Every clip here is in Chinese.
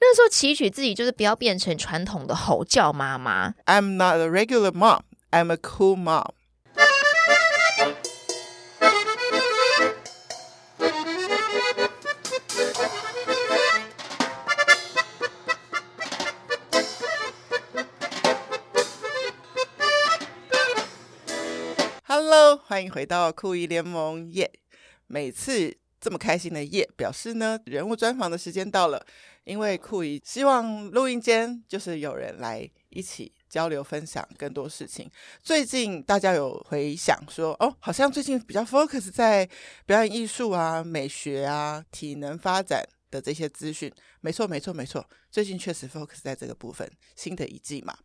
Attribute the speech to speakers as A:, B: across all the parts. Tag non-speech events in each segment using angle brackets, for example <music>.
A: 那时候期许自己就是不要变成传统的吼叫妈妈。
B: I'm not a regular mom. I'm a cool mom. 哈喽，欢迎回到酷艺联盟耶每次这么开心的夜，表示呢人物专访的时间到了，因为酷艺希望录音间就是有人来一起交流分享更多事情。最近大家有回想说，哦，好像最近比较 focus 在表演艺术啊、美学啊、体能发展的这些资讯。没错，没错，没错，最近确实 focus 在这个部分，新的一季嘛。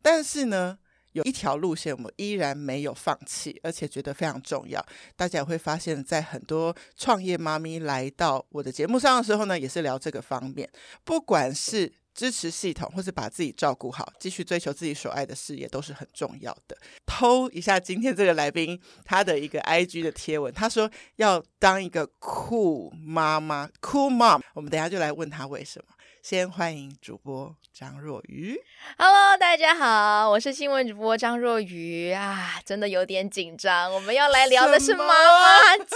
B: 但是呢，有一条路线我们依然没有放弃，而且觉得非常重要。大家也会发现，在很多创业妈咪来到我的节目上的时候呢，也是聊这个方面，不管是。支持系统，或是把自己照顾好，继续追求自己所爱的事业，都是很重要的。偷一下今天这个来宾他的一个 IG 的贴文，他说要当一个酷妈妈，酷 mom。我们等一下就来问他为什么。先欢迎主播张若愚。
A: Hello，大家好，我是新闻主播张若愚啊，真的有点紧张。我们要来聊的是
B: 什么
A: 妈妈经，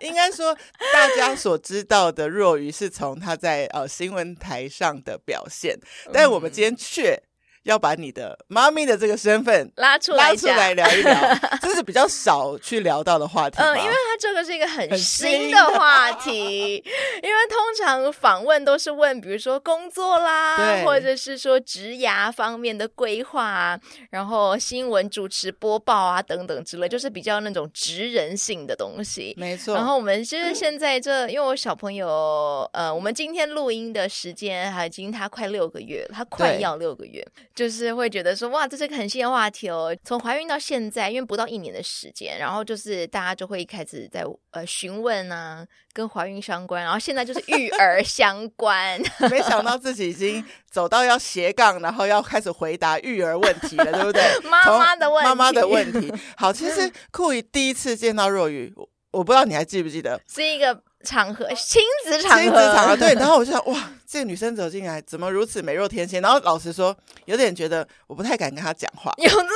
B: 应该说，大家所知道的若愚是从他在呃新闻台上的表现，但我们今天却要把你的妈咪的这个身份
A: <laughs> 拉出来
B: 拉
A: 一
B: 出
A: 下。
B: 来聊
A: <laughs>
B: 一聊，这是比较少去聊到的话题吧。
A: 嗯，因为它这个是一个很
B: 很
A: 新
B: 新
A: 的话题，因为通常访问都是问，比如说工作啦，
B: 对
A: 或者是说职涯方面的规划啊，然后新闻主持播报啊等等之类，就是比较那种职人性的东西。
B: 没错，
A: 然后我们
B: 嗯
A: 就是现在这，因为我小朋友，呃，我们今天录音的时间还已经他快六个月了，他快
B: 对
A: 要六个月，就是会觉得说，哇，这是个很新的话题哦。从怀孕到现在，因为不到一年的时间，然后就是大家就会开始在呃询问啊，跟怀孕相关，然后现在就是育儿相关，
B: <laughs> 没想到自己已经走到要斜杠，然后要开始回答育儿问
A: <laughs>
B: 题了，对不对？
A: 妈妈的问题，嗯
B: 妈妈的问题。好，其实酷姨第一次见到若愚，我我不知道你还记不记得，
A: 是一个场合，亲子场合，，
B: 亲子场合对，然后我就想，哇，这个女生走进来怎么如此美若天仙？然后老实说，有点觉得我不太敢跟她讲话
A: 有这么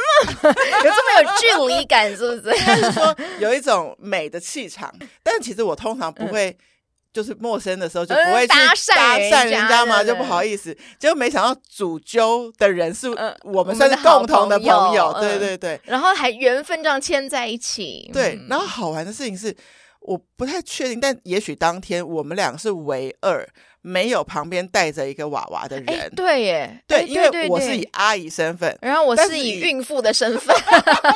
A: 有这么有距离感，是不是？ <laughs>
B: 但是说有一种美的气场。
A: 嗯
B: 但其实我通常不会，就是陌生的时候就不会去
A: 嗯搭讪
B: 搭
A: 人
B: 讪人
A: 家
B: 家嘛，
A: 对
B: 就不好意思。结果没想到主揪的人是
A: 嗯
B: 我
A: 们
B: 们算
A: 的
B: 是
A: 好
B: 共同的
A: 朋友
B: 朋友，
A: 嗯
B: 对对对
A: 然后还缘分这样牵在一起，
B: 对
A: 嗯。
B: 然后好玩的事情是。我不太确定，但也许当天我们俩是唯二没有旁边带着一个娃娃的
A: 哎，
B: 人，
A: 对耶，哎
B: 对，因为
A: 对
B: 我是以
A: 对
B: 阿姨身份，
A: 然后我
B: 但
A: 是
B: 是
A: 以
B: 以
A: 孕妇的身
B: <laughs>
A: 份，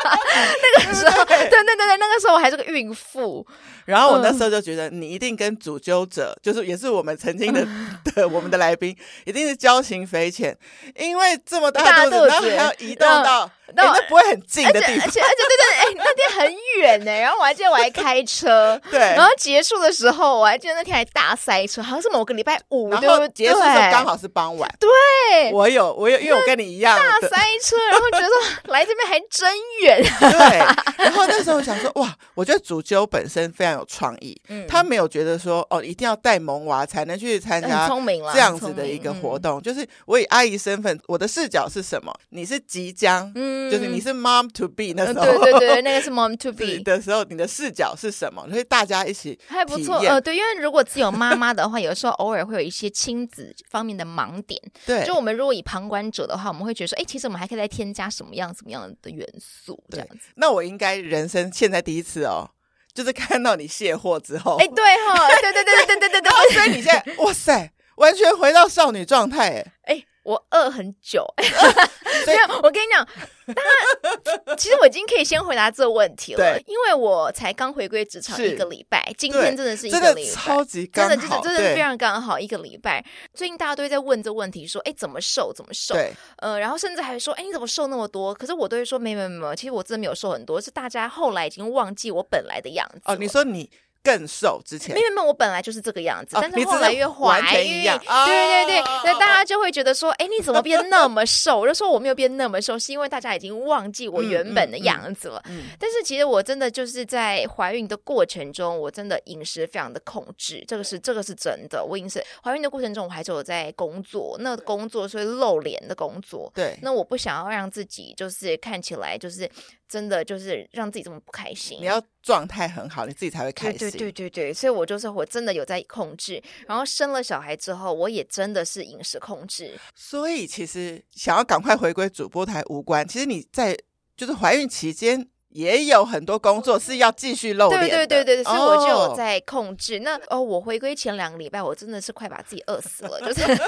A: 那个时候，对对对对，那个时候我还是个孕妇，
B: 然后我那时候就觉得你一定跟主纠者，就是也是我们曾经的 <laughs> 的我们的来宾，一定是交情匪浅，因为这么
A: 大
B: 大肚
A: 肚
B: 子，然后
A: 子
B: 还要移动到，哎，
A: 到
B: 那不会很近
A: 而
B: 的
A: 且而
B: 地
A: 且而
B: 方，。
A: 且，对对对，哎，那天很远呢，然后我还记得我还开车
B: <laughs> 对。
A: 然后结束的时候，我还记得那天还大塞车，好像是某个礼拜五，
B: 然
A: 对不
B: 后
A: 对？
B: 结束的时候刚好是傍晚，
A: 对
B: 我有我有，哎因为我跟你一样
A: 大
B: 的，
A: 塞车，然后觉得说来这边还真远。 <laughs> 啊
B: <laughs> 对。然后那时候我想说，哇，我觉得主纠本身非常有创意，
A: 嗯
B: 他没有觉得说哦，一定要带萌娃才能去参
A: 很
B: 加
A: 聪明了，
B: 这样
A: 很
B: 子
A: 聪
B: 的一
A: 明嗯
B: 个活，动，就是我以阿姨身份，我的视角是什么？你是即将，
A: 嗯
B: 就是你是 mom to be 那
A: 嗯
B: 时候，
A: 对对
B: <laughs>
A: 对，那个是 mom to
B: 自
A: be
B: 己。的时候，你的视角是什么？所以大家一起
A: 还不
B: 体
A: 错，
B: 验
A: 呃，对，因为如果只有妈妈的话，有时候偶尔会有一些亲子方面的盲点。
B: 对
A: 就我们如果以旁观者的话，我们会觉得说，哎，其实我们还可以再添加什么样什么样的元素这
B: 对
A: 样子。
B: 那我应该人生现在第一次哦，就是看到你卸货之后， <laughs>
A: 哎，对哈，对对对对对对对哦
B: 然后
A: 对，
B: 所以你现在哇塞，完全回到少女状态哎。
A: 哎，我饿很
B: <laughs>
A: 久，
B: 所
A: 没
B: 以
A: 有，我跟你讲，大家其实我已经可以先回答这个问题了
B: 对，
A: 因为我才刚回归职场
B: 是
A: 一个礼拜，今
B: 对
A: 天真的是一
B: 真
A: 个
B: 的
A: 礼拜。
B: 超级
A: 真
B: 刚
A: 的就是
B: 好，
A: 真的是非
B: 对
A: 常刚好一个礼拜，最近大家都在问这问题，说哎怎么瘦怎么瘦，
B: 对
A: 呃，然后甚至还说哎你怎么瘦那么多？可是我都会说没没没，其实我真的没有瘦很多，是大家后来已经忘记我本来的样子了。
B: 哦，你说你更瘦之前
A: 没，有没有，我本来就是这个样子，
B: 哦
A: 但
B: 你
A: 是
B: 只
A: 后
B: 是
A: 来越怀
B: 完全一
A: 孕，
B: 样哦
A: 对对对，
B: 哦
A: 那、
B: 哦
A: 大家就会觉得说，哎，你怎么变那么瘦？我就说我没有变那么瘦，是因为大家已经忘记我
B: 嗯
A: 原本的
B: 嗯嗯
A: 样子了。
B: 嗯，
A: 但是其实我真的就是在怀孕的过程中，我真的饮食非常的控制，这个是这个是真的。我饮食怀孕的过程中，我还是有在工作，那个工作是会露脸的工作。
B: 对，
A: 那我不想要让自己就是看起来就是真的就是让自己这么不开心。
B: 你要状态很好，你自己才会开
A: 对对
B: 心。
A: 对对对，所以我就是我真的有在控制。然后生了小孩之后，我也真的是饮食控制。
B: 所以其实想要赶快回归主播台无关，其实你在就是怀孕期间也有很多工作是要继续露脸
A: 对
B: 的。
A: 对对对，对所以我就有
B: 哦
A: 在控制。那哦，我回归前两个礼拜，我真的是快把自己饿死了，就是。 <laughs>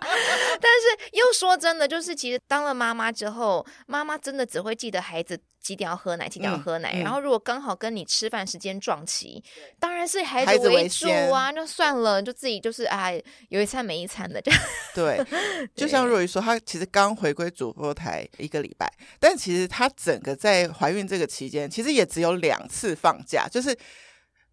A: 但是又说真的，就是其实当了妈妈之后，妈妈真的只会记得孩子。几点要喝奶？几点要
B: 嗯
A: 喝奶？
B: 嗯
A: 然后如果刚好跟你吃饭时间撞齐，当然是孩
B: 孩
A: 子
B: 子为
A: 为主啊，那算了，就自己就是啊，有一餐没一餐的这样。 <laughs>
B: 对，就像若愚说，她其实刚回归主播台一个礼拜，但其实她整个在怀孕这个期间，其实也只有两次放假，就是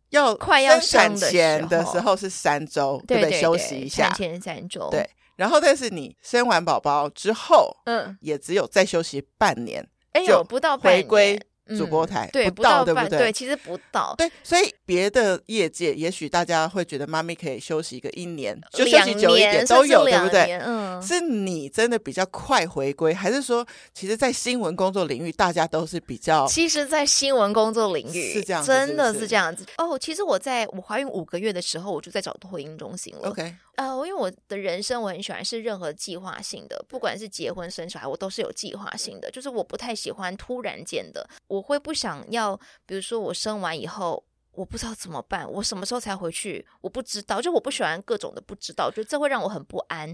B: 要
A: 快要
B: 生产
A: 生的时
B: 前的
A: 候
B: 时候是三周，
A: 对
B: 不
A: 对，
B: 休息一下
A: 产。前三周，
B: 对，然后但是你生完宝宝之后，
A: 嗯，
B: 也只有再休息半年
A: 哎
B: 就
A: 呦，不到半
B: 回归
A: 年
B: 主播台
A: 嗯、对，
B: 不
A: 不
B: 到对不
A: 半，
B: 对
A: 其实不到，
B: 对，所以别的业界，也许大家会觉得妈咪可以休息一个一年，就休
A: 两
B: 息
A: 年
B: 久一点
A: 甚
B: 都
A: 至
B: 有，对
A: 两
B: 不对？
A: 年嗯，
B: 是你真的比较快回归，还是说，其实，在新闻工作领域，大家都是比较
A: 其实，在新闻工作领域
B: 哦是这样子是
A: 真
B: 不
A: 的
B: 是
A: 是这样子哦。其实我在我怀孕五个月的时候，我就在找托婴中心了。
B: OK？
A: 呃，因为我的人生我很喜欢是任何计划性的，不管是结婚生小孩，我都是有计划性的。就是我不太喜欢突然间的，我会不想要，比如说我生完以后。我不知道怎么办，我什么时候才回去？我不知道，就我不喜欢各种的不知道，就这会让我很不安。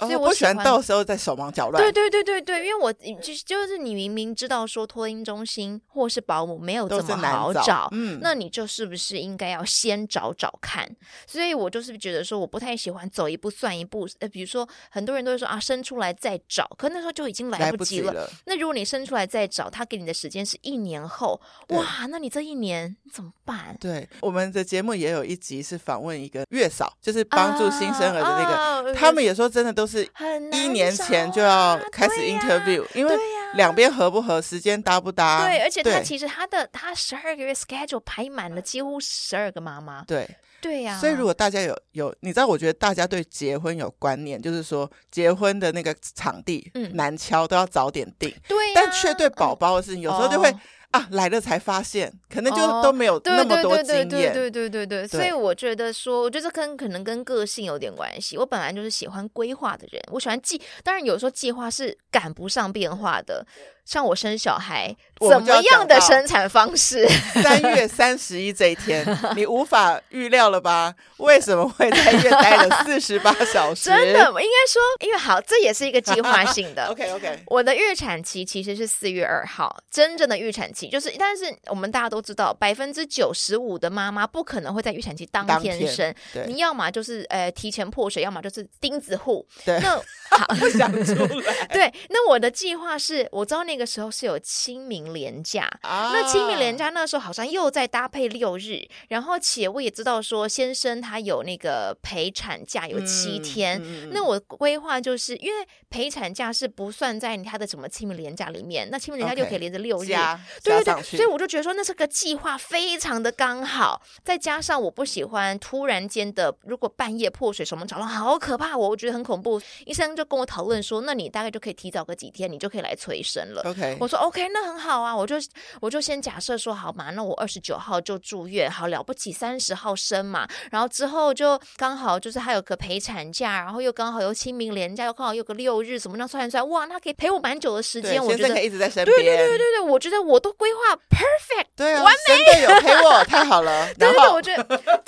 A: 所以
B: 哦
A: 我
B: 不喜欢
A: 喜欢
B: 到时候再手忙脚乱。
A: 对对对对对，因为我就是就是你明明知道说托婴中心或是保姆没有
B: 都
A: 这
B: 是
A: 么
B: 难
A: 好
B: 找
A: 找，
B: 嗯
A: 那你就是不是应该要先找找看？所以我就是觉得说，我不太喜欢走一步算一步。呃，比如说很多人都会说啊，生出来再找，可那时候就已经来
B: 来
A: 不
B: 不
A: 及
B: 及
A: 了。
B: 了，
A: 那如果你生出来再找，他给你的时间是一年后，
B: 对
A: 哇，那你这一年你怎么办？
B: 对，我们的节目也有一集是访问一个月嫂，就是
A: 啊
B: 帮助新生儿的那个，
A: 个
B: 他们也说真的都是
A: 啊呃很难
B: 一年
A: 找
B: 前就要
A: 啊
B: 开始
A: 对呀
B: interview，、因
A: 对
B: 为
A: 呀
B: 两边合不合，时间搭不搭，
A: 对，而且他
B: 啊对
A: 其实他的他十二个月 schedule 排满了几乎十二个妈妈。
B: 对
A: 对呀、
B: 所以如果大家有有，你知道，我觉得大家对结婚有观念，就是说结婚的那个场地、
A: 嗯
B: 难敲，都要早点定，
A: 对呀、
B: 但却对宝
A: 嗯
B: 宝的事情，有时候就会、
A: 哦
B: 啊来了才发现，可能就
A: 哦
B: 都没有
A: 对
B: 那么
A: 对
B: 多
A: 对
B: 经
A: 对
B: 验。
A: 对对对对对，所
B: 对
A: 以我觉得说，我觉得这跟可能跟个性有点关系。我本来就是喜欢规划的人，我喜欢计，当然有时候计划是赶不上变化的。像我生小孩，
B: 我
A: 怎
B: 们就要
A: 么样的
B: 讲到
A: 生产方式？ <laughs>
B: 三月三十一这一天，你无法预料了吧？为什么会在月待了四十
A: <laughs>
B: 八小时？
A: 真的，应该说，因为好，这也是一个计划性
B: <laughs>
A: 的。
B: ？OK OK，
A: 我的预产期其实是四月二号，真正的预产期就是，但是我们大家都知道，百分之九十五的妈妈不可能会在预产期当
B: 当
A: 天
B: 天
A: 生，你
B: <laughs> 对，
A: 要么就是呃提前破水，要么就是钉子户。
B: 对
A: 那
B: 不想出来
A: 对，那我的计划是，我知道那个时候是有清明连假。
B: 啊
A: <laughs> 那清明连假那时候好像又在搭配六日，然后且我也知道说先生他有那个陪产假有七
B: 嗯
A: 天，
B: 嗯嗯
A: 那我规划就是因为陪产假是不算在他的什么清明连假里面，那清明连假就
B: OK，
A: 可以连着六日。
B: 加
A: 对
B: 啊加
A: 对
B: 上
A: 对，
B: 去
A: 所以我就觉得说，那这个计划非常的刚好，再加上我不喜欢突然间的，如果半夜破水什么找到，好可怕我，我觉得很恐怖。医生就跟我讨论说，那你大概就可以提早个几天，你就可以来催生了。
B: OK，
A: 我说 OK，那很好啊，我就我就先假设说好嘛，那我二十九号就住院，好了不起三十号生嘛，然后之后就刚好就是还有个陪产假，然后又刚好有清明连假，又刚好有个六日，怎么样算一算，哇，那可以陪我蛮久的时
B: 对
A: 间，我
B: 先
A: 觉
B: 生
A: 得
B: 可以一直在身
A: 对
B: 边，
A: 对对对对，我觉得我都规划 perfect。
B: 对啊，真的有
A: <laughs>
B: 陪我，太好了。
A: 对
B: 然
A: 对对，
B: 后
A: 我觉 <laughs> 得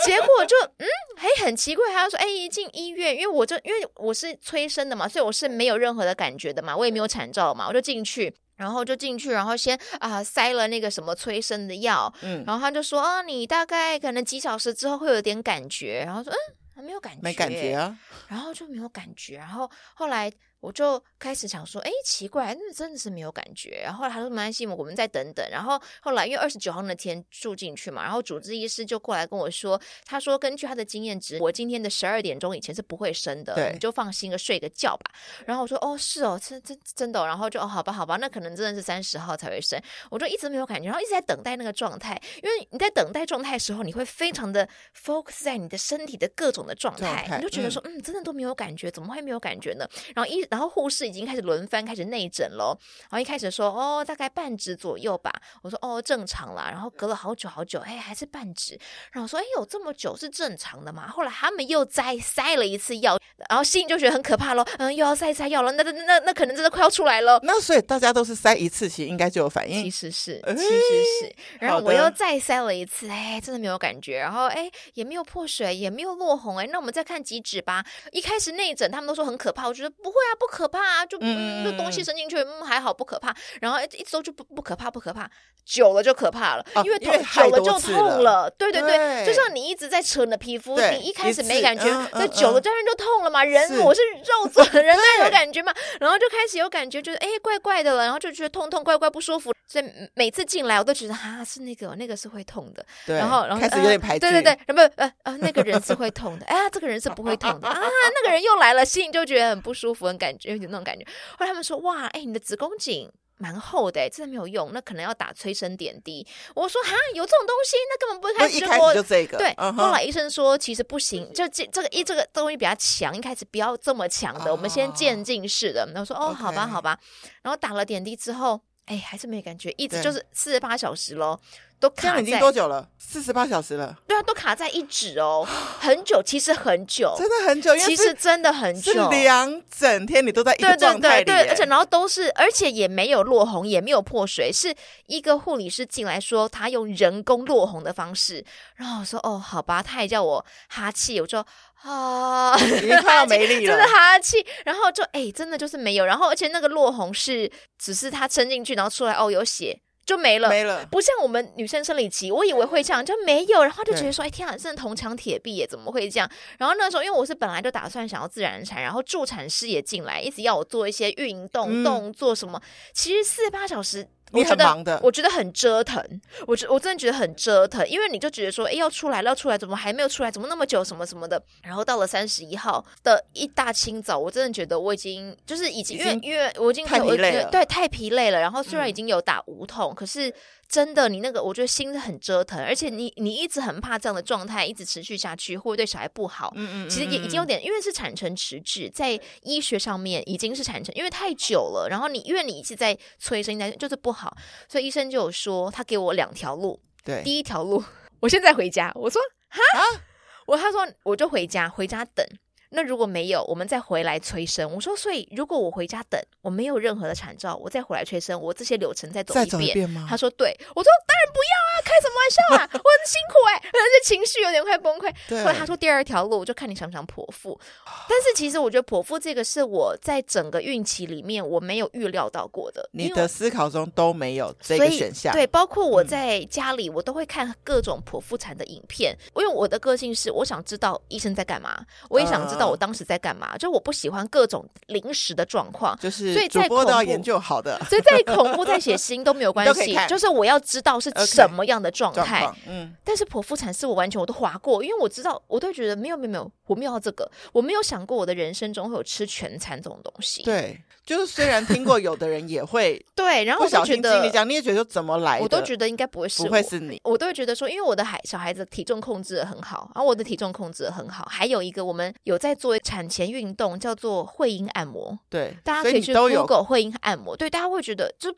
A: 结果就嗯，还很奇怪，他说哎，一进医院，因为我就因为我是催生的嘛，所以我是没有任何的感觉的嘛，我也没有产兆嘛，我就进去，然后就进去，然后先啊、塞了那个什么催生的药，
B: 嗯，
A: 然后他就说啊，你大概可能几小时之后会有点感觉，然后说嗯，还没有感觉，
B: 没感觉啊，
A: 然后就没有感觉，然后后来我就开始想说，哎，奇怪，那真的是没有感觉。然后后来他说没关系，我们再等等。然后后来因为二十九号那天住进去嘛，然后主治医师就过来跟我说，他说根据他的经验值，我今天的十二点钟以前是不会生的
B: 对，
A: 你就放心的睡个觉吧。然后我说哦是哦，真真真的哦、然后就哦好吧好吧，那可能真的是三十号才会生。我就一直没有感觉，然后一直在等待那个状态，因为你在等待状态的时候，你会非常的 focus 在你的身体的各种的状
B: 状
A: 态，
B: 态
A: 你就觉得
B: 嗯
A: 说嗯真的都没有感觉，怎么会没有感觉呢？然后一然后护士已经开始轮番开始内诊喽，然后一开始说哦大概半指左右吧，我说哦正常啦，然后隔了好久好久，哎还是半指，然后我说哎有这么久是正常的嘛？后来他们又再塞了一次药，然后心里就觉得很可怕喽，嗯又要塞塞药了，那那那那可能真的快要出来了。
B: 那所以大家都是塞一次，其实应该就有反
A: 其
B: 应。
A: 实是，
B: 哎
A: 其实
B: <laughs>
A: 是，然
B: 好
A: 后
B: 的
A: 我又再塞了一次，哎，真的没有感觉，然后哎也没有破水，也没有落红，哎，那我们再看几指吧。一开始内诊他们都说很可怕，我觉得不会啊，不可怕啊，就嗯，
B: 嗯
A: 就东
B: 嗯
A: 西伸进去，嗯，还好不可怕。然后哎一直都就不不可怕，不可怕，久了就可怕了，
B: 哦
A: 因为
B: 因
A: 痛
B: 为太
A: 久了
B: 多
A: 就
B: 次
A: 痛
B: 了
A: 了，对对对，
B: 对
A: 就像你一直在扯你的皮肤，
B: 对
A: 你一
B: 一
A: 开始
B: 次
A: 没感觉
B: 嗯，
A: 那
B: 嗯
A: 久了
B: 嗯
A: 当然就痛了嘛。人
B: 是
A: 我是肉做的人，当然
B: 对
A: 有感
B: <laughs>
A: 觉嘛。然后就开始有感觉，觉得哎怪怪的了，然后就觉得痛痛怪怪不舒服，所以嗯每次进来我都觉得哈是那个那个是会痛的，
B: 对，
A: 然后然后
B: 开始有点
A: 呃
B: 排拒。
A: 对对对，然后呃呃那个人是会痛的，哎呀这个人是不会痛的啊，那个人又来了，心里就觉得很不舒服，很感觉有点那种感觉。后来他们说哇，哎你的子宫颈。蛮厚的、真的没有用，那可能要打催生点滴。我说哈，有这种东西，那根本不是
B: 不
A: 开
B: 是
A: 始
B: 一
A: 就
B: 开
A: 给我
B: 始就这个，
A: 对，
B: 嗯哼嗯
A: 后来医生说其实不行，就这这个一这个东西比较强，一开始不要这么强的，我们先渐进式的。然后说哦，好吧，
B: 哦 OK
A: 好吧。然后打了点滴之后，哎，还是没感觉，一直
B: 对
A: 就是四十八小时喽，都
B: 这
A: 卡
B: 样已经
A: 在
B: 多久了？四十八小时了，
A: 对啊，都卡在一指哦，很久，其实很久，
B: 真的很久，因为
A: 哦其
B: 是
A: 实真的很
B: 是
A: 久。
B: 两整天你都在一
A: 对
B: 个
A: 对
B: 状态
A: 对
B: 里
A: 对，
B: 耶
A: 而且然后都是，而且也没有落红，也没有破水，是一个护理师进来说他用人工落红的方式，然后我说哦好吧，他也叫我哈气，我就啊，
B: <laughs> 已经快要没
A: <laughs>
B: 力
A: 真
B: 了
A: 的。哈气，然后就哎、真的就是没有，然后而且那个落红是只是他撑进去，然后出来哦有血就没了。
B: 没了，
A: 不像我们女生生理期，我以为会这样，就没有，然后就
B: 对
A: 觉得说，哎，天啊，真的铜墙铁壁耶，怎么会这样？然后那时候，因为我是本来就打算想要自然产，然后助产师也进来，一直要我做一些运动、
B: 嗯
A: 动作什么。其实四十八小时，
B: 你
A: 我觉
B: 很
A: 得
B: 忙的
A: 我觉得很折腾，我觉我真的觉得很折腾，因为你就觉得说，哎，要出来了，要出来，怎么还没有出来？怎么那么久？什么什么的。然后到了三十一号的一大清早，我真的觉得我已经就是已经
B: 已
A: 因为
B: 经
A: 因为我已经
B: 太疲累了嗯
A: 对对，太疲累了。然后虽然已经有打无痛，可是真的你那个，我觉得心是很折腾，而且你你一直很怕这样的状态一直持续下去，会不会对小孩不好？
B: 嗯嗯，
A: 其实也已经有点，因为是产程迟滞，在医学上面已经是产程，因为太久了。然后你因为你一直在催生，但就是不好，所以医生就有说，他给我两条路，
B: 对
A: 第一条路，我现在回家，我说
B: 啊，
A: 我他说我就回家，回家等。那如果没有，我们再回来催生。我说，所以如果我回家等，我没有任何的产兆，我再回来催生，我这些流程再走
B: 再
A: 一
B: 走一
A: 遍。
B: 遍吗
A: 他？说对，我说当然不要啊，开什么玩笑啊，
B: <laughs>
A: 我很辛苦哎、可能是情绪有点快崩溃。
B: 对，啊
A: 后来他说第二条路，就看你想不想剖腹。但是其实我觉得剖腹这个是我在整个孕期里面我没有预料到过的，
B: 你
A: 因为
B: 的
A: 我
B: 思考中都没有这个选项，嗯
A: 对，包括我在家里，我都会看各种剖腹产的影片，因为我的个性是我想知道医生在干嘛，我也想知道我当时在干
B: 啊
A: 嘛，就我不喜欢各种临时的状况。
B: 就是
A: 所以
B: 主
A: 在
B: 播都要
A: 恐怖
B: 研究好的
A: 所以再恐怖、再血腥都没
B: <laughs>
A: 有关
B: 都可以
A: 系
B: 看，
A: 就是我要知道是
B: OK
A: 什么样的状
B: 状
A: 态。
B: 况，嗯，
A: 但是剖腹产是我完全我都划过，因为我知道，我都觉得没有没有没有，我没有要这个，我没有想过我的人生中会有吃全餐这种东西。
B: 对，就是虽然听过，有的人也会
A: 对， <laughs> 然后
B: 不
A: 我就
B: 小
A: 觉
B: 心经历这
A: 得，
B: 样，你也觉得怎么来的？
A: 我都觉得应该不会是
B: 不
A: 我，
B: 会是你，
A: 我都会觉得说，因为我的孩小孩子体重控制的很好，啊然后我的体重控制的很好，还有一个我们有在做产前运动，叫做会阴按摩，
B: 对，
A: 大家可
B: 所以
A: 以
B: 你
A: 去
B: 都有
A: Google 会阴按摩，对，大家会觉得就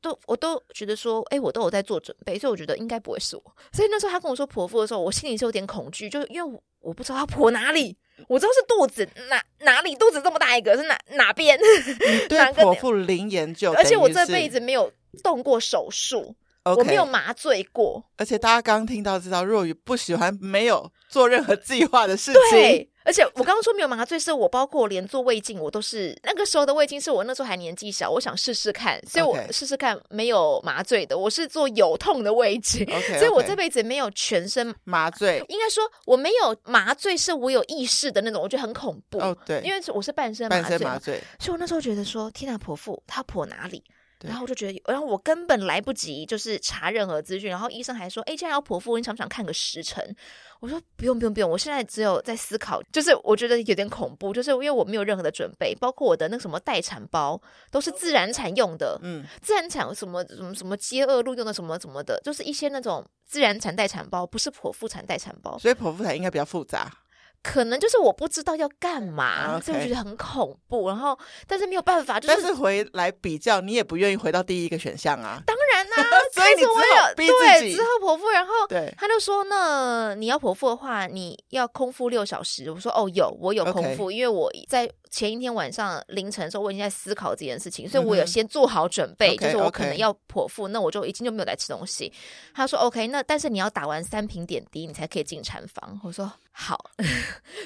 A: 都我都觉得说，哎，我都有在做准备，所以我觉得应该不会是我。所以那时候他跟我说剖腹的时候，我心里是有点恐惧，就是因为我我不知道他剖哪里。我知道是肚子哪哪里肚子这么大一个是哪哪边，
B: 对
A: 哪个
B: 剖腹零研究，
A: 而且
B: 等于
A: 我这
B: 是
A: 辈子没有动过手术
B: OK,
A: 我没有麻醉过，
B: 而且大家刚刚听到知道，若雨不喜欢没有做任何计划的事情，
A: 对，而且我刚刚说没有麻醉，是我包括连做胃镜，我都是那个时候的胃镜，是我那时候还年纪小，我想试试看，所以我
B: OK
A: 试试看没有麻醉的，我是做有痛的胃镜
B: OK，
A: <laughs> 所以我
B: OK
A: 这辈子没有全身，
B: 麻醉
A: 应该说我没有麻醉，是我有意识的那种，我觉得很恐怖，
B: 哦，对，
A: 因为我是半身麻
B: 半
A: 醉
B: 身
A: 嘛
B: 麻醉，
A: 所以我那时候觉得说，天呐，婆妇她婆哪里？
B: 对
A: 然后我就觉得，然后我根本来不及就是查任何资讯，然后医生还说，哎，既然要剖腹，你想不想看个时辰？我说不用不用不用，我现在只有在思考，就是我觉得有点恐怖，就是因为我没有任何的准备，包括我的那个什么待产包都是自然产用的，
B: 嗯，
A: 自然产什么什么什么接恶露用的什么什么的，就是一些那种自然产待产包，不是剖腹产待产包，
B: 所以剖腹产应该比较复杂。
A: 可能就是我不知道要干嘛，
B: 啊 OK
A: 所以我觉得很恐怖，然后但是没有办法，就
B: 但是回来比较，你也不愿意回到第一个选项啊。
A: 当然啦、
B: <laughs> 所以
A: 开
B: 你
A: 始我
B: 只好
A: 有
B: 逼自己
A: 对之后剖腹，然后
B: 对
A: 他就说那你要剖腹的话，你要空腹六小时。我说哦，有我有
B: OK
A: 空腹因为我在前一天晚上凌晨的时候我已经在思考这件事情，所以我
B: 嗯
A: 有
B: 哼
A: 先做好准备
B: OK，
A: 就是我可
B: OK
A: 能要剖腹，那我就已经就没有来吃东西。他说 OK，那但是你要打完三瓶点滴，你才可以进产房。我说好， <laughs>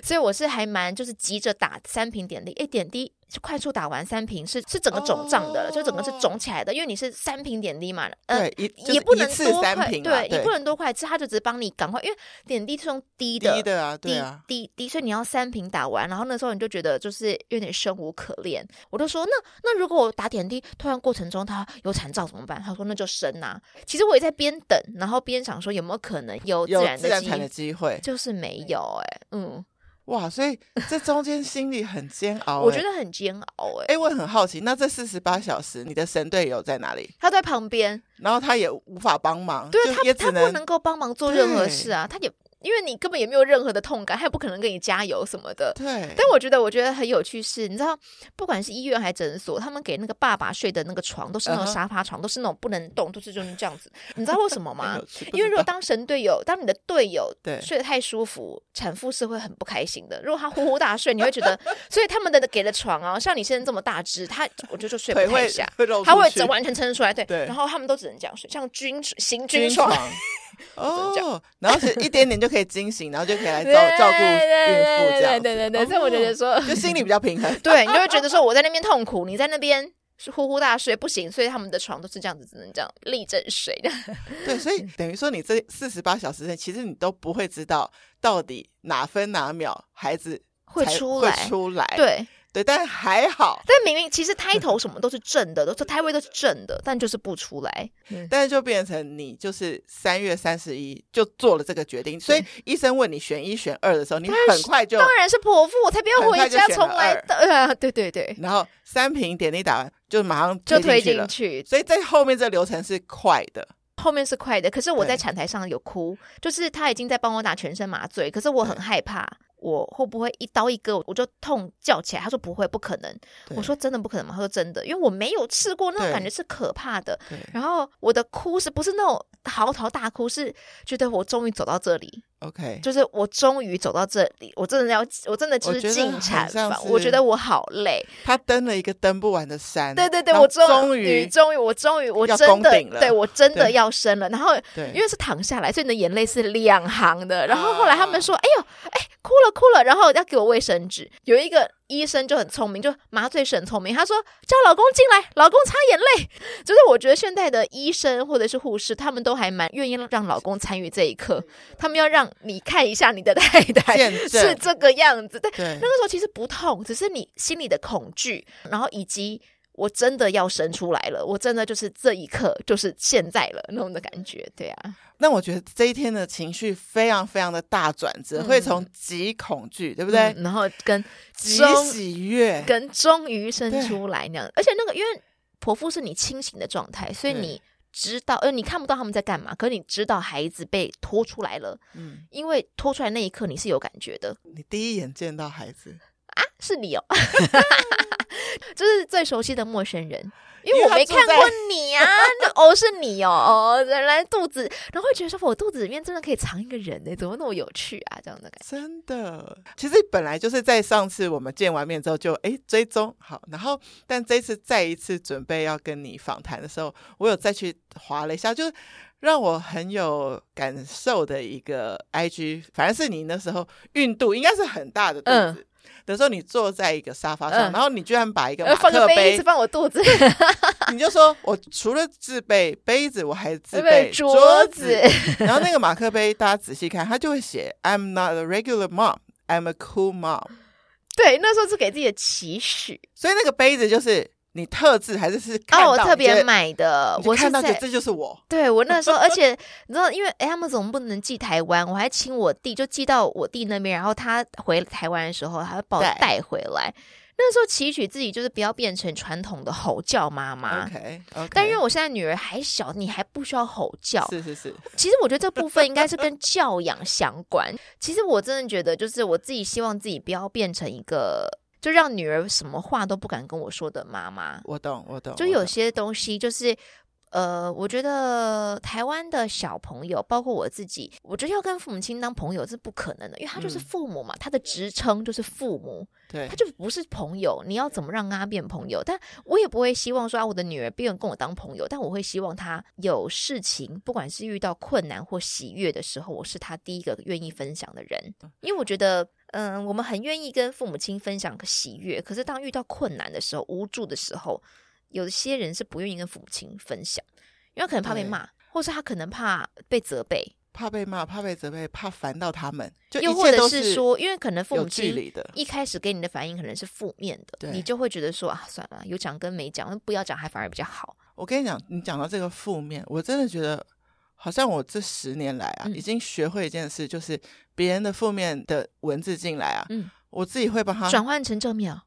A: 所以我是还蛮就是急着打三瓶点滴，哎，点滴就快速打完三瓶是是整个肿胀
B: 哦
A: 的了，就整个是肿起来的，因为你是三瓶点滴嘛，呃
B: 对，一就是
A: 也不
B: 一
A: 能
B: 次
A: 多
B: 三
A: 快，
B: 瓶啊，
A: 对，也不能多快吃，他就只是帮你赶快，因为点滴是用滴的，
B: 低的啊，对啊，
A: 滴滴滴，所以你要三瓶打完，然后那时候你就觉得就是有点生无可恋。我就说，那那如果我打点滴，突然过程中他有产兆怎么办？他说那就生呐、其实我也在边等，然后边想说有没有可能有自
B: 有
A: 然
B: 自
A: 的
B: 然
A: 基
B: 产的
A: 因，
B: 机会。
A: 就是没有哎、嗯，
B: 哇，所以这中间心里很煎熬欸、
A: 我觉得很煎熬哎、
B: 哎、我很好奇，那这四十八小时，你的神队友在哪里？
A: 他在旁边，
B: 然后他也无法帮忙，
A: 对啊
B: 就
A: 他
B: 也
A: 他
B: 只
A: 不能够帮忙做任何
B: 对
A: 事啊，他也因为你根本也没有任何的痛感，他也不可能给你加油什么的。
B: 对，
A: 但我觉得，我觉得很有趣是，你知道，不管是医院还是诊所，他们给那个爸爸睡的那个床都是那
B: 嗯
A: 种
B: 哼
A: 沙发床，都是那种不能动，都是就是这样子。你知道为什么吗
B: 很有？趣不
A: 因为
B: 知
A: 如果
B: 道
A: 当神队友，当你的队友
B: 对
A: 睡得太舒服，产妇是会很不开心的。如果她呼呼大睡，你会觉得，所以他们的给的床啊，像你现在这么大只，她我觉得就睡
B: 腿
A: 不太
B: 会
A: 下，
B: 会露
A: 她
B: 出
A: 会
B: 去
A: 整完全撑出来，对。
B: 对
A: 然后他们都只能这样睡，像军行
B: 军
A: 军床，
B: 哦，然后是一点点就可以惊醒，然后就可以来照
A: 对
B: 照顾孕妇这样
A: 对对对对
B: 子，
A: 对，所以我觉得说，。
B: 就心里比较平衡
A: <laughs> 对你就会觉得说我在那边痛苦，你在那边呼呼大睡不行，所以他们的床都是这样子，只能这样立正睡的。
B: 对，所以等于说你这四十八小时内，其实你都不会知道到底哪分哪秒孩子
A: 会
B: 才
A: 出
B: 会
A: 来
B: 出来。
A: 对，
B: 对，但还好，
A: 但明明其实胎头什么都是正的，都是胎位都是正的，但就是不出来。
B: 但是就变成你就是三月三十一就做了这个决定，所以医生问你选一选二的时候，你很快就，
A: 当然是剖腹，我才不要
B: 很快
A: 回
B: 就
A: 家
B: 选了
A: 重来
B: 二
A: 的。 <laughs> 呃，对对对，
B: 然后三瓶点滴打完就马上
A: 就推
B: 进去
A: 进
B: 了，
A: 去，
B: 所以在后面这个流程是快的。
A: 后面是快的。可是我
B: 对
A: 在产台上有哭，就是他已经在帮我打全身麻醉，可是我很
B: 对
A: 害怕。我会不会一刀一割我就痛叫起来？他说不会，不可能。
B: 对
A: 我说真的不可能吗？他说真的，因为我没有试过，那种
B: 对
A: 感觉是可怕的。
B: 对
A: 然后我的哭是不是那种嚎啕大哭？是觉得我终于走到这里，
B: ，OK，
A: 就是我终于走到这里，我真的要，我真的就
B: 我觉
A: 是
B: 得
A: 进产
B: 很像
A: 房，
B: 是
A: 我觉得我好累。
B: 他登了一个登不完的山。
A: 对对对，
B: 然后
A: 我终
B: 终
A: 于
B: 于
A: 终于我终于我
B: 要
A: 真的
B: 攻顶了
A: 对我真的
B: 对
A: 要生了。然后
B: 对，
A: 因为是躺下来，所以你的眼泪是两行的。然后后来他们
B: 啊
A: 说：“哎呦，哎，哭了哭了。”然后要给我卫生纸。有一个医生就很聪明，就麻醉师很聪明，他说：“叫老公进来，老公擦眼泪。”就是我觉得现在的医生或者是护士，他们都还蛮愿意让老公参与这一刻，他们要让你看一下你的太太
B: 见证
A: 是这个样子。对，
B: 对
A: 那个时候其实不痛，只是你心里的恐惧，然后以及。我真的要生出来了，我真的就是这一刻，就是现在了那种的感觉，对啊。
B: 那我觉得这一天的情绪非常非常的大转折，会从极恐惧，对不对？
A: 嗯嗯然后跟
B: 极
A: 终
B: 喜悦，
A: 跟终于生
B: 对
A: 出来那样，而且那个因为剖腹是你清醒的状态，所以
B: 对
A: 你知道，呃，你看不到他们在干嘛，可是你知道孩子被拖出来了，
B: 嗯，
A: 因为拖出来那一刻你是有感觉的
B: 你第一眼见到孩子，
A: 啊，是你哦， <laughs> 就是最熟悉的陌生人。因为
B: 因
A: 我
B: 为他
A: 没
B: 住
A: 看
B: 在
A: 过你啊， <laughs> 那哦是你哦，哦原来肚子，然后会觉得说我肚子里面真的可以藏一个人欸呢、怎么那么有趣啊？这样的感觉。
B: 真的，其实本来就是在上次我们见完面之后就诶追踪好，然后但这次再一次准备要跟你访谈的时候，我有再去划了一下，就是让我很有感受的一个 IG，反正是你那时候孕肚应该是很大的肚
A: 嗯
B: 子。的时候，你坐在一个沙发上，
A: 嗯
B: 然后你居然把一个
A: 呃，
B: 马
A: 放
B: 克
A: 个杯一
B: 杯
A: 直，放我肚子， <laughs>
B: 你就说我除了自备杯子，我还自备
A: 桌
B: 子
A: 子，
B: <laughs> 然后那个马克杯，大家仔细看，它就会写 "I'm not a regular mom, I'm a cool mom"。
A: 对，那时候是给自己的期许。
B: 所以那个杯子就是你特制还是是看
A: 哦，我特
B: 到你觉
A: 别
B: 得
A: 买的
B: 你，就
A: 我是
B: 看到觉得
A: 在
B: 这就是我，
A: 对我那时候，而且你知道，因为哎 Amazon 不能寄台湾，我还请我弟就寄到我弟那边，然后他回台湾的时候，他会把我
B: 对
A: 带回来。那时候期许自己就是不要变成传统的吼叫妈妈。
B: OK OK。
A: 但因为我现在女儿还小，你还不需要吼叫。
B: 是是是，
A: 其实我觉得这部分应该是跟教养相关。其实我真的觉得，就是我自己希望自己不要变成一个就让女儿什么话都不敢跟我说的妈妈。
B: 我懂我懂，
A: 就
B: 我
A: 有
B: 懂
A: 些东西就是。呃，我觉得台湾的小朋友，包括我自己，我觉得要跟父母亲当朋友是不可能的，因为他就是
B: 嗯
A: 父母嘛，他的职称就是父母，
B: 对
A: 他就不是朋友。你要怎么让他变朋友？但我也不会希望说啊，我的女儿变跟我当朋友，但我会希望她有事情，不管是遇到困难或喜悦的时候，我是她第一个愿意分享的人，因为我觉得。嗯，我们很愿意跟父母亲分享个喜悦，可是当遇到困难的时候、无助的时候，有些人是不愿意跟父母亲分享，因为他可能怕被
B: 对
A: 骂，或是他可能怕被责备，
B: 怕被骂，怕被责备，怕烦到他们，就
A: 又
B: 一
A: 或
B: 切
A: 者
B: 都
A: 是说，因为可能父
B: 有
A: 母
B: 距
A: 亲
B: 离的，
A: 一开始给你的反应可能是负面的，
B: 对
A: 你就会觉得说啊，算了，有讲跟没讲，不要讲还反而比较好。
B: 我跟你讲，你讲到这个负面，我真的觉得好像我这十年来啊，
A: 嗯
B: 已经学会一件事，就是别人的负面的文字进来啊，
A: 嗯
B: 我自己会帮他
A: <laughs> 转换成正面哦，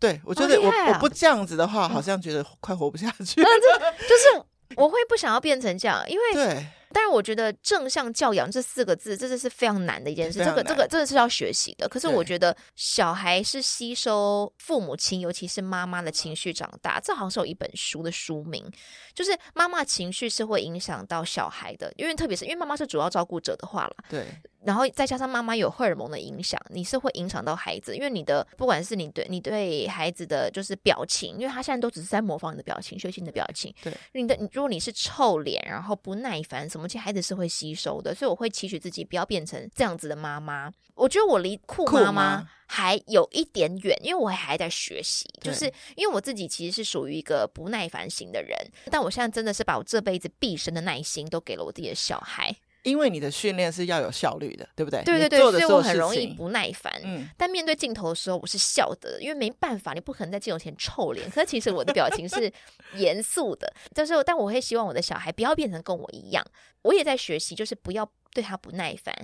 B: 对我觉
A: 好
B: 得
A: 厉
B: 我、
A: 害啊
B: 我不这样子的话，好像觉得快活不下去。
A: 就是我会不想要变成这样，因为
B: 对，
A: 当然我觉得正向教养这四个字，这真是非常难的一件事，这
B: 非常
A: 个
B: 难
A: 这个真的是要学习的。可是
B: 对
A: 我觉得小孩是吸收父母亲，尤其是妈妈的情绪长大，这好像是有一本书的书名，就是妈妈情绪是会影响到小孩的，因为特别是因为妈妈是主要照顾者的话啦。
B: 对，
A: 然后再加上妈妈有荷尔蒙的影响，你是会影响到孩子，因为你的不管是你对你对孩子的就是表情，因为他现在都只是在模仿你的表情，学习你的表情。
B: 对，
A: 你的你如果你是臭脸，然后不耐烦什么，其实孩子是会吸收的。所以我会期许自己不要变成这样子的妈妈。我觉得我离酷
B: 酷
A: 妈
B: 妈
A: 妈还有一点远，因为我还在学习，
B: 对
A: 就是因为我自己其实是属于一个不耐烦型的人，但我现在真的是把我这辈子毕生的耐心都给了我自己的小孩。
B: 因为你的训练是要有效率的，对不对？
A: 对对
B: 你
A: 对，
B: 做
A: 所
B: 的
A: 以
B: 所
A: 我
B: 有
A: 很
B: 事
A: 容易
B: 情，
A: 不耐烦。
B: 嗯，
A: 但面对镜头的时候，我是笑的，因为没办法，你不可能在镜头前臭脸。可是其实我的表情
B: <laughs>
A: 是严肃的，但是但我会希望我的小孩不要变成跟我一样，我也在学习，就是不要对他不耐烦。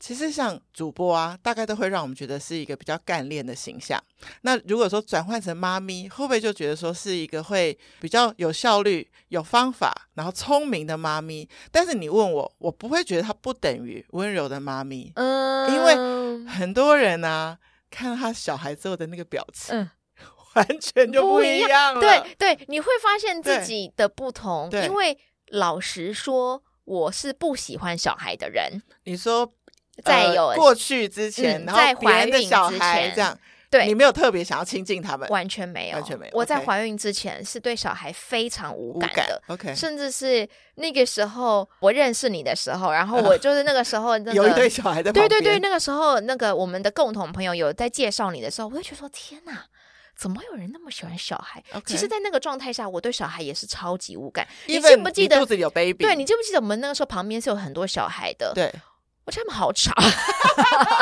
B: 其实像主播啊，大概都会让我们觉得是一个比较干练的形象。那如果说转换成妈咪，会不会就觉得说是一个会比较有效率、有方法，然后聪明的妈咪？但是你问我，我不会觉得它不等于温柔的妈咪。
A: 嗯
B: 因为很多人啊，看到他小孩之后的那个表情，
A: 嗯
B: 完全就
A: 不
B: 一
A: 一
B: 样
A: <laughs>
B: 了。<laughs>
A: 对对，你会发现自
B: 对
A: 己的不同，
B: 对
A: 因为老实说，我是不喜欢小孩的人。
B: 你说。
A: 在
B: 呃
A: 有
B: 过去之前，
A: 嗯
B: 然
A: 在
B: 后别人
A: 怀
B: 的
A: 孕
B: 小
A: 之
B: 孩
A: 前
B: 这样，
A: 对
B: 你没有特别想要亲近他们，
A: 完全没有，
B: 完全没有
A: 我在
B: OK
A: 怀孕之前是对小孩非常无
B: 无
A: 感
B: 感
A: 的，
B: OK，
A: 甚至是那个时候我认识你的时候，然后我就是那个时
B: <laughs>
A: 候那个
B: 啊有一对小孩在旁
A: 对
B: 边，
A: 对对，那个时候那个我们的共同朋友有在介绍你的时候，我就觉得说天哪。怎么有人那么喜欢小孩
B: OK
A: 其实，在那个状态下，我对小孩也是超级无感。你
B: Even
A: 记不记得
B: 肚子里有 baby？
A: 对你记不记得我们那个时候旁边是有很多小孩的？，
B: 对，
A: 我觉得他们好吵。啊
B: <laughs>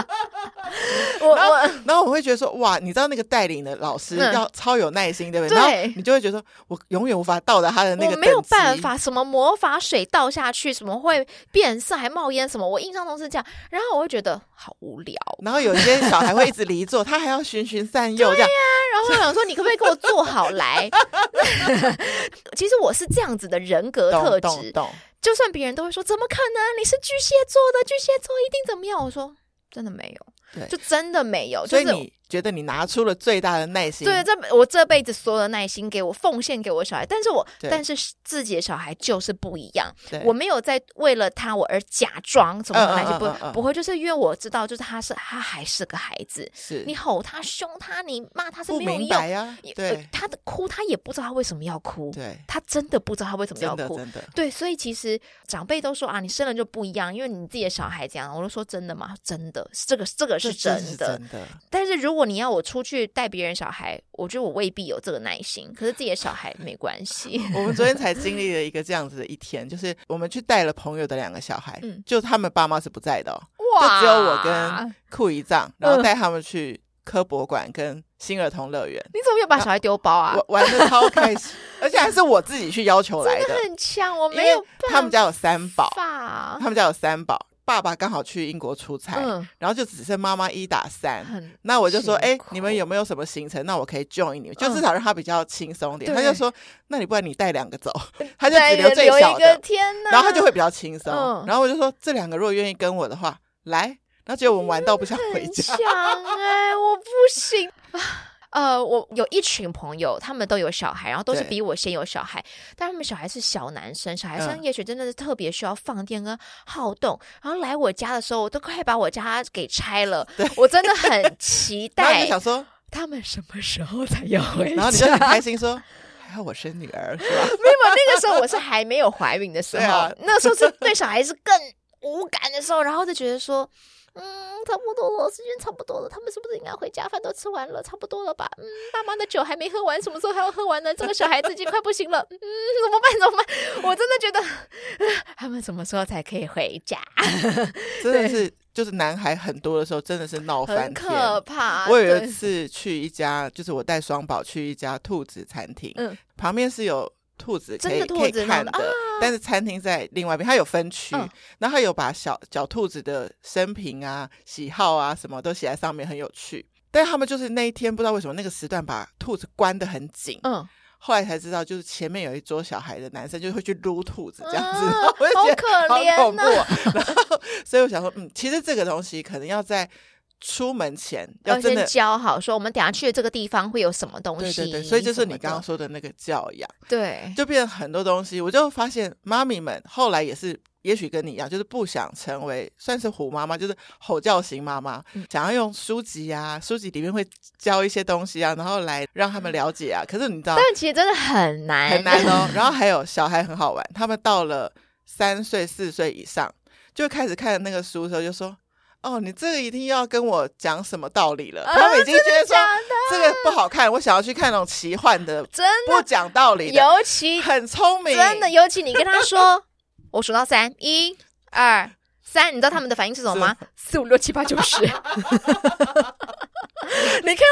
A: 我我
B: 然后我会觉得说，哇，你知道那个带领的老师
A: 嗯
B: 要超有耐心，对不对？
A: 对
B: 然后你就会觉得说，我永远无法到达他的那个
A: 我没有
B: 等级
A: 办，法，什么魔法水倒下去，什么会变色还冒烟，什么我印象中是这样。然后我会觉得好无聊。
B: 然后有些小孩会一直离座，他还要循循善诱这样，
A: 然后我想说，你可不可以给我做好
B: <laughs>
A: 来？其实我是这样子的人格特
B: 懂懂
A: 质，
B: 懂，
A: 就算别人都会说，怎么可能？你是巨蟹座的，巨蟹座一定怎么样？我说真的没有，
B: 对
A: 就真的没有，
B: 所以
A: 就是
B: 你觉得你拿出了最大的耐心。
A: 对，这我这辈子所有的耐心给我奉献给我小孩，但是我
B: 对
A: 但是自己的小孩就是不一样，
B: 对，
A: 我没有在为了他我而假装什么
B: 嗯
A: 来就不、
B: 嗯嗯嗯
A: 不会，就是因为我知道，就是他是他还是个孩子，
B: 是
A: 你吼他、凶他、你骂他是
B: 不
A: 没有
B: 明
A: 用，
B: 白呀
A: 也，呃
B: 对
A: 他的哭他也不知道他为什么要哭，
B: 对，
A: 他真的不知道他为什么要
B: 真的
A: 哭，
B: 真的，
A: 对，所以其实长辈都说啊，你生了就不一样，因为你自己的小孩这样。我就说真的吗？真的，这个这个
B: 这
A: 是
B: 真
A: 真
B: 是
A: 的。
B: 真的。
A: 但是如果你要我出去带别人小孩，我觉得我未必有这个耐心。可是自己的小孩没关
B: <laughs>
A: 系， <laughs>
B: 我们昨天才经历了一个这样子的一天，就是我们去带了朋友的两个小孩，
A: 嗯
B: 就他们爸妈是不在的、哦，
A: 哇，
B: 就只有我跟库姨丈，然后
A: 嗯
B: 带他们去科博馆跟新儿童乐园，
A: 你怎么又把小孩丢包啊？
B: 我玩的超
A: <laughs>
B: 开心，而且还是我自己去要求来的，
A: 很强，我
B: 因
A: 没
B: 为
A: 有办法。
B: 他们家有三宝，他们家有三宝，爸爸刚好去英国出差，
A: 嗯，
B: 然后就只剩妈妈一打三。
A: 很
B: 那我就说，
A: 辛
B: 哎、
A: 苦
B: 你们有没有什么行程？那我可以 join 你们，就
A: 嗯
B: 至少让他比较轻松点。他
A: 对
B: 就说，那你不然你带两个走，他就
A: 再
B: 只留最
A: 留
B: 小
A: 一
B: 的
A: 个，天哪，
B: 然后他就会比较轻松。
A: 嗯
B: 然后我就说，这两个如果愿意跟我的话，来。然后结果我们玩到不想回
A: 很
B: 家，
A: 强哎、我不行。 <sighs> 呃，我有一群朋友，他们都有小孩，然后都是
B: 对
A: 比我先有小孩，但他们小孩是小男生，小孩生
B: 嗯
A: 也许真的是特别需要放电跟好动。然后来我家的时候，我都快把我家给拆了，我真的很期
B: 然后你就
A: 待
B: 想说，
A: 他们什么时候才要回家。
B: 然后你就很开心说，还好我生女儿是
A: <laughs>
B: 吧？
A: 没有，那个时候我是还没有怀孕的时候，
B: 对啊
A: 那时候是对小孩是更无感的时候，然后就觉得说，嗯，差不多了，时间差不多了，他们是不是应该回家？饭都吃完了，差不多了吧？嗯，爸妈的酒还没喝完，什么时候还要喝完呢？这个小孩子已经快不行了，嗯，怎么办？怎么办？我真的觉得 <laughs> 唉他们什么时候才可以回家？
B: 真的是，就是男孩很多的时候，真的是闹翻
A: 很
B: 天。
A: 可怕。
B: 我有一
A: 啊
B: <laughs>
A: 对
B: 次去一家，就是我带双宝去一家兔子餐厅，
A: 嗯
B: 旁边是有兔子可
A: 真
B: 以
A: 的兔
B: 可以
A: 子
B: 看
A: 那
B: 的，
A: 种啊
B: 但是餐厅在另外一边，它有分区，
A: 嗯
B: 然后它有把小小兔子的生平啊、喜好啊什么都写在上面，很有趣。但他们就是那一天不知道为什么那个时段把兔子关得很紧，
A: 嗯，
B: 后来才知道就是前面有一桌小孩的男生就会去撸兔子这样子，
A: 啊
B: 然 <laughs> 后我就
A: 好
B: 觉得
A: 可怜
B: 好恐怖、
A: 呐 <laughs>
B: 啊。然后所以我想说，嗯，其实这个东西可能要在出门前要
A: 要
B: 真
A: 先
B: 的
A: 教好，说我们等下去的这个地方会有什么东
B: 对
A: 西。
B: 对对，所以就
A: 什
B: 是
A: 么
B: 你刚刚
A: 的
B: 说的那个教养，
A: 对，
B: 就变成很多东西。我就发现妈咪们后来也是，也许跟你一样，就是不想成为算是虎妈妈，就是吼叫型妈妈，
A: 嗯
B: 想要用书籍啊，书籍里面会教一些东西啊，然后来让他
A: 嗯
B: 们了解啊。可是你知道，
A: 但其实真的很难，
B: 很难
A: <laughs>
B: 哦。然后还有小孩很好玩，他们到了三岁、四岁以上，就开始看那个书的时候，就说：“哦，你这个一定要跟我讲什么道理了。
A: 啊
B: 他们已经觉得说
A: 假的
B: 这个不好看，我想要去看那种奇幻的、
A: 真的
B: 不讲道理的，
A: 尤其
B: <laughs> 很聪明，
A: 真的，尤其你跟他说， <laughs> 我数到三，一、二、三，你知道他们的反应是什么吗？四五六七八九十。 <laughs> 你看到那些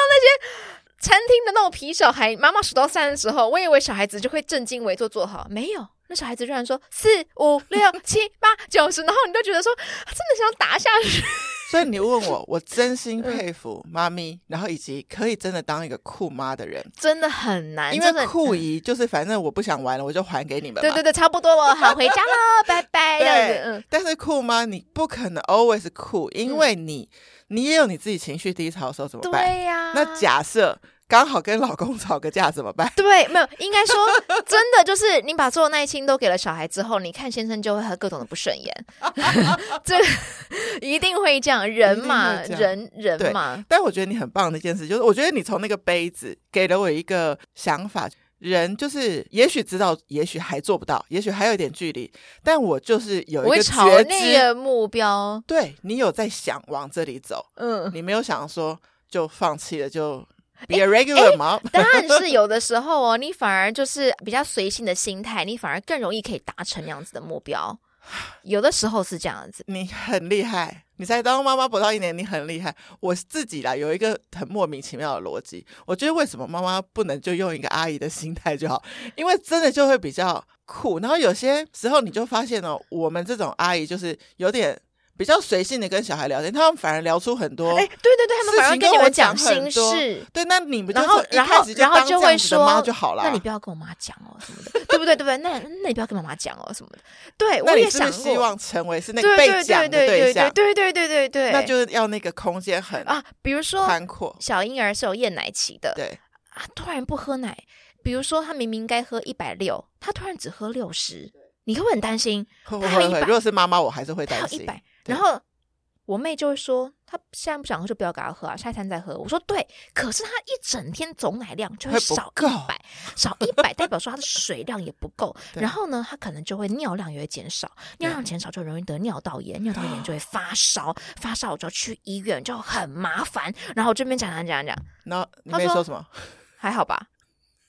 A: 餐厅的那种皮小孩，妈妈数到三的时候，我以为小孩子就会正襟危坐坐好，没有。那小孩子居然说四五六七八九十，然后你就觉得说啊真的想打下去， <laughs>
B: 所以你问我，我真心
A: 嗯
B: 佩服妈咪，然后以及可以真的当一个酷妈的人，
A: 真的很难，
B: 因
A: 真的
B: 为酷姨
A: 嗯
B: 就是反正我不想玩了，我就还给你们嘛。
A: 对对对，差不多了，好，回家了，拜拜，这样子，嗯
B: 对，，但是酷吗？你不可能 always 酷，因为你、你也有你自己情绪低潮的时候怎么办？
A: 对啊呀、
B: 那假设刚好跟老公吵个架怎么办？
A: 对，没有，应该说真的就是你把所有耐心都给了小孩之后，你看先生就会和各种的不顺
B: <laughs>
A: 眼，这个一定会这样，人嘛，
B: 一定会这
A: 人人嘛，
B: 但我觉得你很棒的一件事，就是我觉得你从那个杯子给了我一个想法。人就是，也许知道，也许还做不到，也许还有一点距离，但我就是有
A: 我
B: 一
A: 会
B: 个
A: 朝
B: 觉
A: 那
B: 知，
A: 个目标，
B: 对你有在想往这里走，
A: 嗯。
B: 你没有想说就放弃了，就 be a regular mom，、
A: <laughs> 但是有的时候哦，你反而就是比较随性的心态，你反而更容易可以达成那样子的目
B: <sighs>
A: 标。有的时候是这样子，
B: 你很厉害，你才当妈妈不到一年，你很厉害。我自己啦，有一个很莫名其妙的逻辑，我觉得为什么妈妈不能就用一个阿姨的心态就好？因为真的就会比较酷。然后有些时候你就发现哦，我们这种阿姨就是有点。比较随性的跟小孩聊天，他们反而聊出很多。
A: 哎，对对对，他们反而
B: 事
A: 会
B: 情
A: 跟你
B: 我
A: 们讲
B: 很
A: 心
B: 多
A: 事。
B: 对，那你不就
A: 然后
B: 从，一
A: 然
B: 开
A: 后
B: 始，
A: 然后
B: 当这
A: 就
B: 样
A: 会
B: 子的
A: 说
B: 妈就好了。
A: 那你不要跟我妈讲哦，什么的， <laughs> 对不对？对不对？那那你不要跟妈妈讲哦，什么的。对，
B: 那
A: 我
B: 你
A: 也
B: 是不
A: 想
B: 是希
A: 过。
B: 望成为是那
A: 对
B: 个
A: 对
B: 被讲
A: 对对
B: 的
A: 对
B: 象
A: 对？对对对对对，
B: 那就是要那个空间很
A: 啊，比如说
B: 宽阔。
A: 小婴儿是有厌奶期的，
B: 对，
A: 啊，突然不喝奶，比如说他明明该喝一百六，他突然只喝六十，你会不会很担心？
B: 会
A: 他
B: 会
A: 还有
B: 会
A: 一
B: 会。
A: 百
B: 如果是妈妈，我还是会
A: 他
B: 担
A: 要
B: 心
A: 一。百，
B: 对
A: 然后我妹就会说，她现在不想喝就不要给她喝啊，下一餐再喝。我说对，可是她一整天总奶量就会
B: 会不
A: 少一
B: 够
A: 百，少一百代表说她的水量也不够，
B: <laughs> 对
A: 然后呢，她可能就会尿量也会减少，尿
B: 对啊
A: 量减少就容易得尿道炎，尿道炎就会发烧，发烧我就要去医院，就很麻烦。然后我这边讲讲讲讲，
B: 然后你
A: 他
B: 没
A: 说
B: 说什么？
A: 还好吧？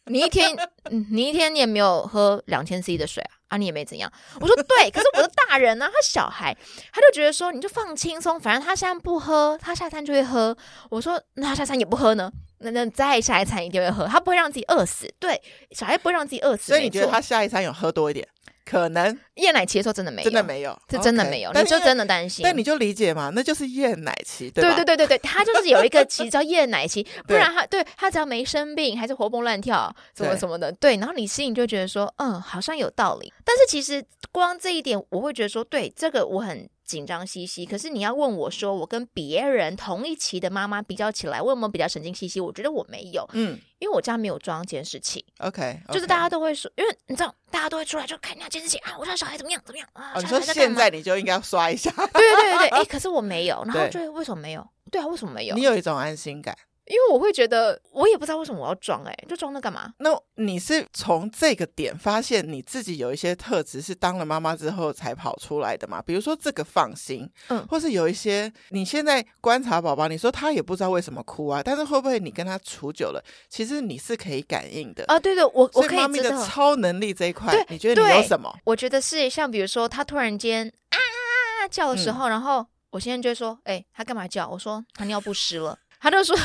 A: 你一天， <laughs> 嗯你一天你也没有喝两千 c 的水啊，啊，你也没怎样。我说对，可是我的大人呢、他小孩，他就觉得说你就放轻松，反正他现在不喝，他下餐就会喝。我说那他下餐也不喝呢，那那再下一餐一定会喝，他不会让自己饿死。对，小孩不会让自己饿死。
B: 所以你
A: 没
B: 觉得
A: 错
B: 他下一餐有喝多一点？可能
A: 厌奶期的时候真的没有，
B: 真的，没有，
A: 这真的
B: OK
A: 没有，
B: 但
A: 你就
B: 因为
A: 真的担心。
B: 但你就理解嘛，那就是厌奶期，对吧？
A: 对对对对，他就是有一个期叫夜奶
B: <laughs>
A: 期，不
B: 对
A: 然他对他只要没生病，还是活蹦乱跳，什么
B: 对
A: 什么的，对。然后你心里就觉得说，嗯，好像有道理。但是其实光这一点，我会觉得说，对这个我很紧张兮兮。可是你要问我说，我跟别人同一期的妈妈比较起来，我有没有比较神经兮兮？我觉得我没有，
B: 嗯
A: 因为我家没有装监视器，
B: ，OK，
A: 就是大家都会说，因为你知道，大家都会出来就看人家监视器啊，我家小孩怎么样怎么样啊，
B: 哦，你
A: 小
B: 说
A: 孩在干
B: 现
A: 嘛？
B: 在你就应该要刷一下，
A: 对对对对，哎、可是我没有，然后
B: 对
A: 就会为什么没有？对啊，为什么 <laughs> 没有
B: 你？有一种安心感。
A: 因为我会觉得，我也不知道为什么我要装、哎，就装那干嘛？
B: 那你是从这个点发现你自己有一些特质是当了妈妈之后才跑出来的嘛？比如说这个放心，
A: 嗯
B: 或是有一些你现在观察宝宝，你说他也不知道为什么哭啊，但是会不会你跟他处久了，其实你是可以感应的？
A: 啊，对对，我我
B: 所以
A: 可
B: 妈
A: 以
B: 咪
A: 知
B: 的
A: 道，
B: 超能力这一块
A: 对，
B: 你觉得你有
A: 对
B: 什么？
A: 我觉得是像比如说他突然间啊叫的时候，然后我先生就会说，哎、他干嘛叫？我说他尿不湿了。他就说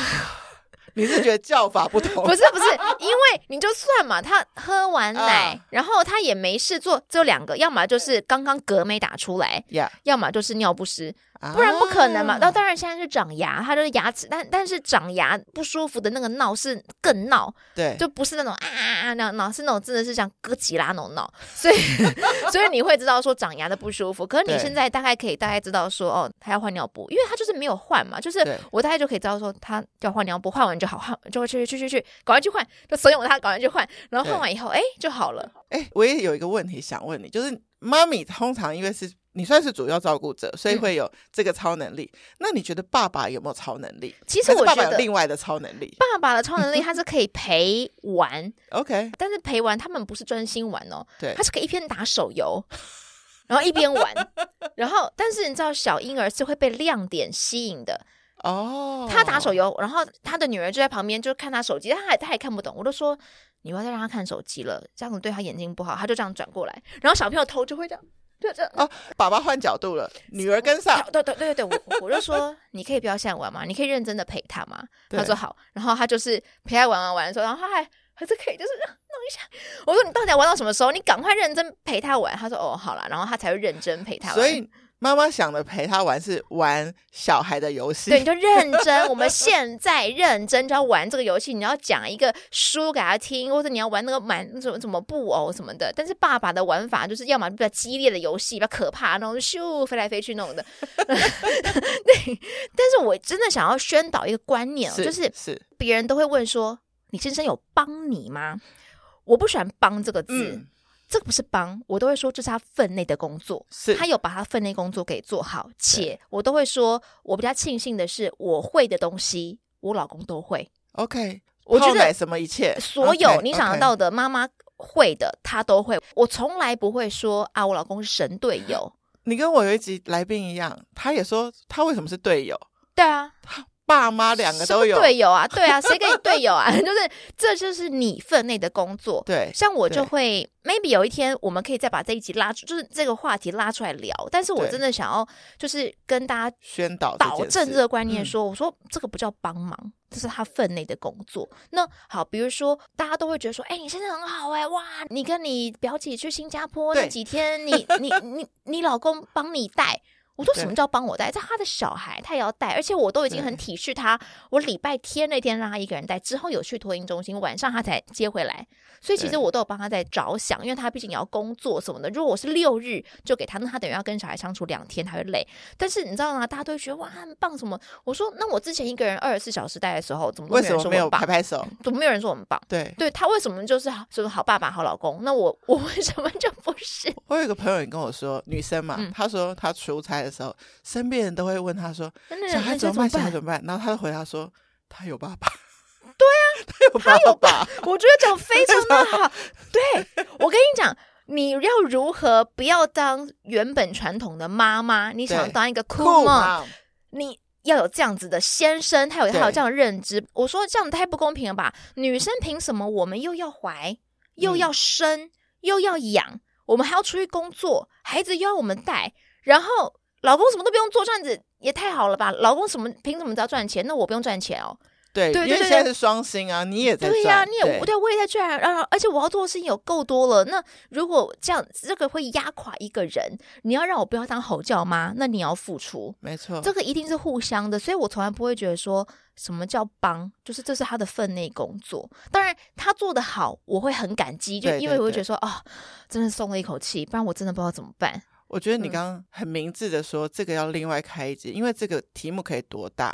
B: 你是觉得叫法不同？
A: 不是 <laughs> 不是，因为你就算嘛，他喝完奶，
B: 啊
A: 然后他也没事做，只有两个，要么就是刚刚嗝没打出来，
B: 呀
A: 要么就是尿不湿，
B: 啊
A: 不然不可能嘛。那、当然现在是长牙，他就是牙齿，但但是长牙不舒服的那个闹是更闹，
B: 对，
A: 就不是那种啊啊啊那样闹，是那种真的是像哥吉拉那种闹，所以所以你会知道说长牙的不舒服。可是你
B: 对
A: 现在大概可以大概知道说哦，他要换尿布，因为他就是没有换嘛，就是
B: 对
A: 我大概就可以知道说他要换尿布，换完就好，换就会去去去去，赶快去换，就怂恿他赶快去换，然后换完以后哎就好了。
B: 哎、我也有一个问题想问你，就是妈咪通常因为是你算是主要照顾者，所以
A: 嗯
B: 会有这个超能力。那你觉得爸爸有没有超能力？
A: 其实
B: 还是
A: 我
B: 爸
A: 觉
B: 爸有
A: 得
B: 另外的超能力。
A: 爸爸的超能力他是可以陪玩，
B: OK，
A: 但是陪玩他们不是专心玩哦，
B: 对
A: 他，是可以一边打手游， <laughs> 然后一边玩，然后但是你知道小婴儿是会被亮点吸引的，
B: 哦，
A: 他打手游，然后他的女儿就在旁边就看他手机，但他还他还看不懂，我都说你不要再让他看手机了，这样子对他眼睛不好，他就这样转过来，然后小朋友头就会这样，就这样。
B: 哦，爸爸换角度了，女儿跟上，
A: 对对对对对，我我就说你可以不要现在玩嘛，你可以认真的陪他嘛。
B: 对
A: 他说好，然后他就是陪他玩玩玩的时候，然后他还还是可以就是让弄一下。我说你到底要玩到什么时候？你赶快认真陪他玩。他说哦好啦，然后他才会认真陪他玩。
B: 所以妈妈想的陪他玩是玩小孩的游戏
A: 对，你。就认真。我们现在认真就要玩这个游戏，你要讲一个书给他听，或者你要玩那个满什么什么布偶什么的。但是爸爸的玩法就是要么比较激烈的游戏，比较可怕，那种咻飞来飞去那种的。 <laughs> 对，但是我真的想要宣导一个观念哦，就是
B: 是，
A: 别人都会问说：“你先生有帮你吗？”我不喜欢“帮”这个字，
B: 嗯，
A: 这个不是帮，我都会说这是他分内的工作。
B: 是
A: 他有把他分内工作给做好，且我都会说，我比较庆幸的是，我会的东西，我老公都会，
B: OK。
A: 我觉得
B: 泡奶什么一切，
A: 所有
B: OK，
A: 你想得
B: OK
A: 到的妈妈会的，他都会。我从来不会说啊，我老公是神队
B: <laughs>
A: 友。
B: 你跟我有一集来宾一样，他也说他为什么是队友，
A: 对啊，
B: 爸妈两个
A: 什么
B: 都有，
A: 队友啊，对啊，谁跟你队友啊？ <laughs> 就是这就是你分内的工作。
B: 对
A: 像我
B: 对
A: 就会，maybe 有一天我们可以再把这一集拉出，就是这个话题拉出来聊。但是我
B: 对
A: 真的想要，就是跟大家
B: 宣导
A: 导
B: 件
A: 正
B: 事
A: 这个观念
B: 嗯
A: 说，我说这个不叫帮忙，这是他分内的工作。那好，比如说大家都会觉得说，哎、你现在很好哎、哇，你跟你表姐去新加坡那
B: 对 <laughs>
A: 几天，你你你你老公帮你带。我说
B: 对
A: 什么叫帮我带？这他的小孩，他也要带，而且我都已经很
B: 对
A: 体恤他。我礼拜天那天让他一个人带，之后有去托婴中心，晚上他才接回来。所以其实
B: 对
A: 我都有帮他在着想，因为他毕竟也要工作什么的。如果我是六日就给他，那他等于要跟小孩相处两天，他会累。但是你知道吗？大家都会觉得哇很棒什么。我说那我之前一个人二十四小时带的时候，怎么都
B: 为
A: 没
B: 什
A: 有人
B: 么
A: 说
B: 没
A: 我
B: 有
A: 很棒
B: 拍？拍手？
A: 怎么没有人说我很棒？ <laughs>
B: 对，
A: 对他为什么就是好就是好爸爸、好老公？那我我为什么就不是？
B: 我有一个朋友也跟我说，女生嘛，
A: 嗯
B: 她说她出差的时候，身边人都会问她说：“
A: 那那
B: 小孩
A: 那
B: 怎
A: 怎
B: 么办？
A: 么
B: 小孩
A: 办？
B: <laughs> 怎么办？”然后她就回答说：“她有
A: <laughs>
B: 爸爸。”对啊，她有爸爸。
A: 我觉得讲非常的
B: <laughs>
A: 好。对我跟你讲，你要如何不要当原本传统的妈妈？你想
B: 对
A: 当一个酷
B: 酷
A: 梦，
B: 嘛，
A: 你要有这样子的先生，他有他有
B: 对
A: 这样的认知。我说这样太不公平了吧？女生凭什么我们又要怀，
B: 嗯
A: 又要生，又要养，我们还要出去工作，孩子又要我们带，然后老公什么都不用做，这样子也太好了吧？老公什么凭什么只要赚钱？那我不用赚钱哦。
B: 对，
A: 对
B: 因为
A: 对
B: 现在是双薪啊，你也在
A: 对呀、
B: 呀，
A: 你也对，我也在赚，啊然后而且我要做的事情有够多了。那如果这样，这个会压垮一个人。你要让我不要当吼叫妈，那你要付出，
B: 没错，
A: 这个一定是互相的。所以我从来不会觉得说什么叫帮，就是这是他的分内工作。当然，他做得好，我会很感激，就
B: 对
A: 因
B: 对
A: 为我会
B: 对
A: 觉得说，哦，真的松了一口气，不然我真的不知道怎么办。
B: 我觉得你
A: 嗯
B: 刚刚很明智的说，这个要另外开一集，因为这个题目可以多大，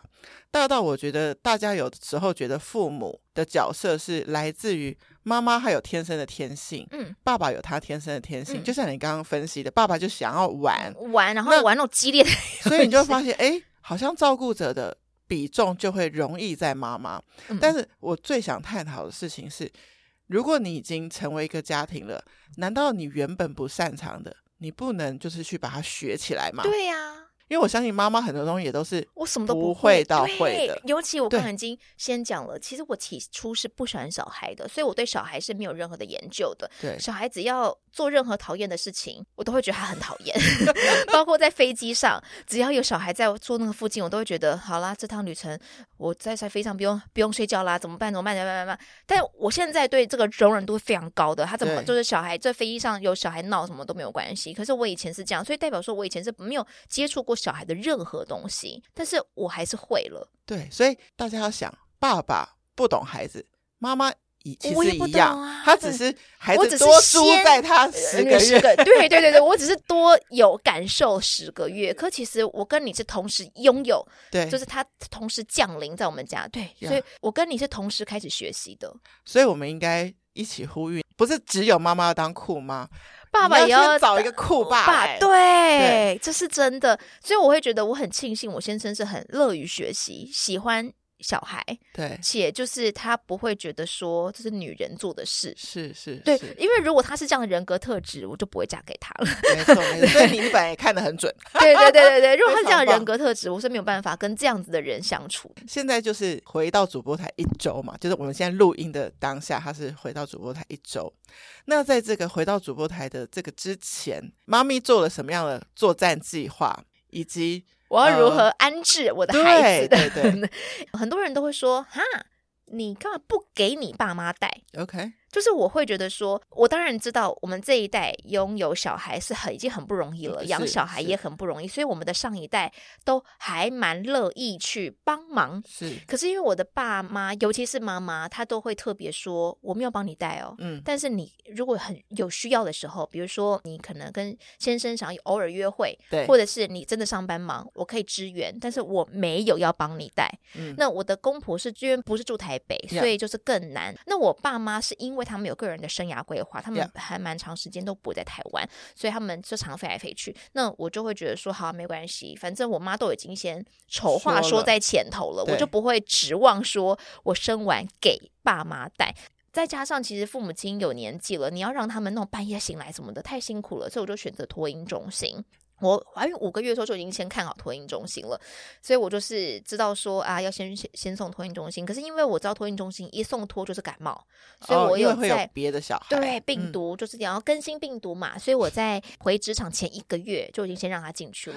B: 大到我觉得大家有时候觉得父母的角色是来自于妈妈，还有天生的天性，
A: 嗯，
B: 爸爸有他天生的天性，
A: 嗯
B: 就像你刚刚分析的，爸爸就想要玩，
A: 玩，然后
B: 那
A: 玩那种激烈的，
B: 所以你就会发现，哎，好像照顾者的比重就会容易在妈妈。
A: 嗯
B: 但是我最想探讨的事情是，如果你已经成为一个家庭了，难道你原本不擅长的，你不能就是去把它学起来吗？
A: <laughs> 对呀、
B: 因为我相信妈妈很多东西也都是
A: 我什么都
B: 不
A: 会
B: 会到会
A: 对
B: 的
A: 尤其我
B: 对
A: 刚才已经先讲了，其实我起初是不喜欢小孩的，所以我对小孩是没有任何的研究的。
B: 对
A: 小孩只要做任何讨厌的事情，我都会觉得他很讨厌， <laughs> 包括在飞机上，只要有小孩在坐那个附近，我都会觉得好啦，这趟旅程我在在飞机上不用不用睡觉啦，怎么办？怎么办？怎么办？怎么办？但我现在对这个容忍度非常高的，他怎么
B: 对
A: 就是小孩在飞机上有小孩闹什么都没有关系。可是我以前是这样，所以代表说我以前是没有接触过小孩的任何东西，但是我还是会了。
B: <laughs> 对，所以大家要想，爸爸不懂孩子，妈妈一其
A: 我
B: 实
A: 也不
B: 一
A: 懂
B: 样，
A: 啊
B: 他
A: 对 <laughs>
B: 只是孩
A: 我
B: 子
A: 只是
B: 多输
A: 先
B: 在他十个
A: 呃十
B: 月，
A: 个，对对对对，我只是多有感受十个月，可其实我跟你是同时拥有，
B: 对，
A: 就是它同时降临在我们家，对，
B: 呀
A: 所以我跟你是同时开始学习的，
B: 所以我们应该一起呼吁，不是只有妈妈要当酷妈，
A: 爸爸
B: 你
A: 也
B: 要
A: 要哦
B: 先找一个酷爸欸哎来
A: 对，这是真的，所以我会觉得我很庆幸，我先生是很乐于学习，喜欢小孩，
B: 对，
A: 且就是他不会觉得说这是女人做的事。
B: 是是，
A: 对
B: 是，
A: 因为如果他是这样的人格特质，我就不会嫁给他了。
B: <laughs> 没错没错，所以你本来也看得很准。
A: 对对对对对，如果他是这样
B: 非
A: 的
B: 常嗯
A: 人格特质，我是没有办法跟这样子的人相处。
B: 现在就是回到主播台一周嘛，就是我们现在录音的当下，他是回到主播台一周。那在这个回到主播台的这个之前，妈咪做了什么样的作战计划，以及
A: 我要如
B: 呃
A: 何安置我的孩子
B: 对
A: 的 <laughs>
B: 对对
A: 很多人都会说：“哈，你干嘛不给你爸妈带
B: ，OK，？”
A: 就是我会觉得说，我当然知道我们这一代拥有小孩是很已经很不容易了，
B: 是
A: 养小孩
B: 是
A: 也很不容易，所以我们的上一代都还蛮乐意去帮忙。
B: 是，
A: 可是因为我的爸妈，尤其是妈妈，她都会特别说：“我没有帮你带哦。”
B: 嗯，
A: 但是你如果很有需要的时候，比如说你可能跟先生想要偶尔约会，
B: 对，
A: 或者是你真的上班忙，我可以支援，但是我没有要帮你带。
B: 嗯
A: 那我的公婆是因为不是住台北
B: Yeah
A: 所以就是更难。那我爸妈是因为他们有个人的生涯规划，他们
B: Yeah
A: 还蛮长时间都不在台湾，所以他们就常飞来飞去。那我就会觉得说，好，没关系，反正我妈都已经先丑话
B: 说
A: 说
B: 了
A: 在前头了，
B: 对
A: 我就不会指望说我生完给爸妈带。再加上，其实父母亲有年纪了，你要让他们那种半夜醒来什么的，太辛苦了，所以我就选择托婴中心。我怀孕五个月的时候就已经先看好托婴中心了，所以我就是知道说啊，要先先先送托运中心。可是因为我知道托运中心一送托就是感冒，所以
B: 哦
A: 我
B: 因为
A: 有
B: 会有
A: 在、
B: 别的小孩，
A: 对病
B: 嗯
A: 毒，就是你要更新病毒嘛，所以我在回职场前一个月就已经先让他进去了，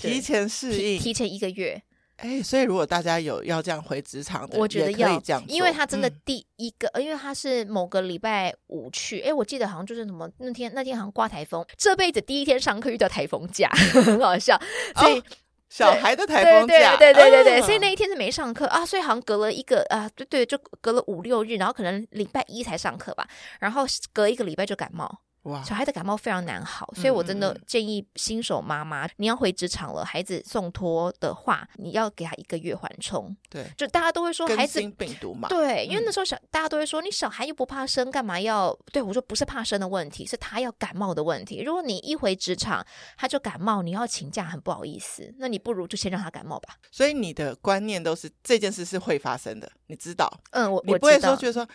A: 对
B: 提前适
A: 提
B: 应，
A: 提前一个月。
B: 哎，所以如果大家有要这样回职场的，
A: 我觉得
B: 也可
A: 要
B: 以这样做，
A: 因为他真的
B: 嗯
A: 第一个，呃因为他是某个礼拜五去，哎，我记得好像就是什么那天那天好像刮台风，这辈子第一天上课遇到台风假， <laughs> 很好笑，所以、
B: 小孩的台
A: 对
B: 风
A: 对
B: 假，
A: 对对对对，
B: 啊
A: 所以那一天是没上课啊，所以好像隔了一个啊，对对，就隔了五六日，然后可能礼拜一才上课吧，然后隔一个礼拜就感冒，
B: 哇，
A: 小孩的感冒非常难好，所以我真
B: 嗯
A: 的
B: 嗯
A: 建议新手妈妈，你要回职场了，孩子送托的话，你要给他一个月缓冲，
B: 对，
A: 就大家都会说
B: 更
A: 孩子
B: 新病毒嘛，
A: 对，因为
B: 嗯
A: 那时候小、大家都会说，你小孩又不怕生，干嘛要？对我说不是怕生的问题，是他要感冒的问题。如果你一回职场他就感冒，你要请假很不好意思，那你不如就先让他感冒吧。
B: 所以你的观念都是这件事是会发生的，你知道，
A: 嗯，我
B: 你
A: 我
B: 不会
A: 知
B: 说
A: 道
B: 觉得说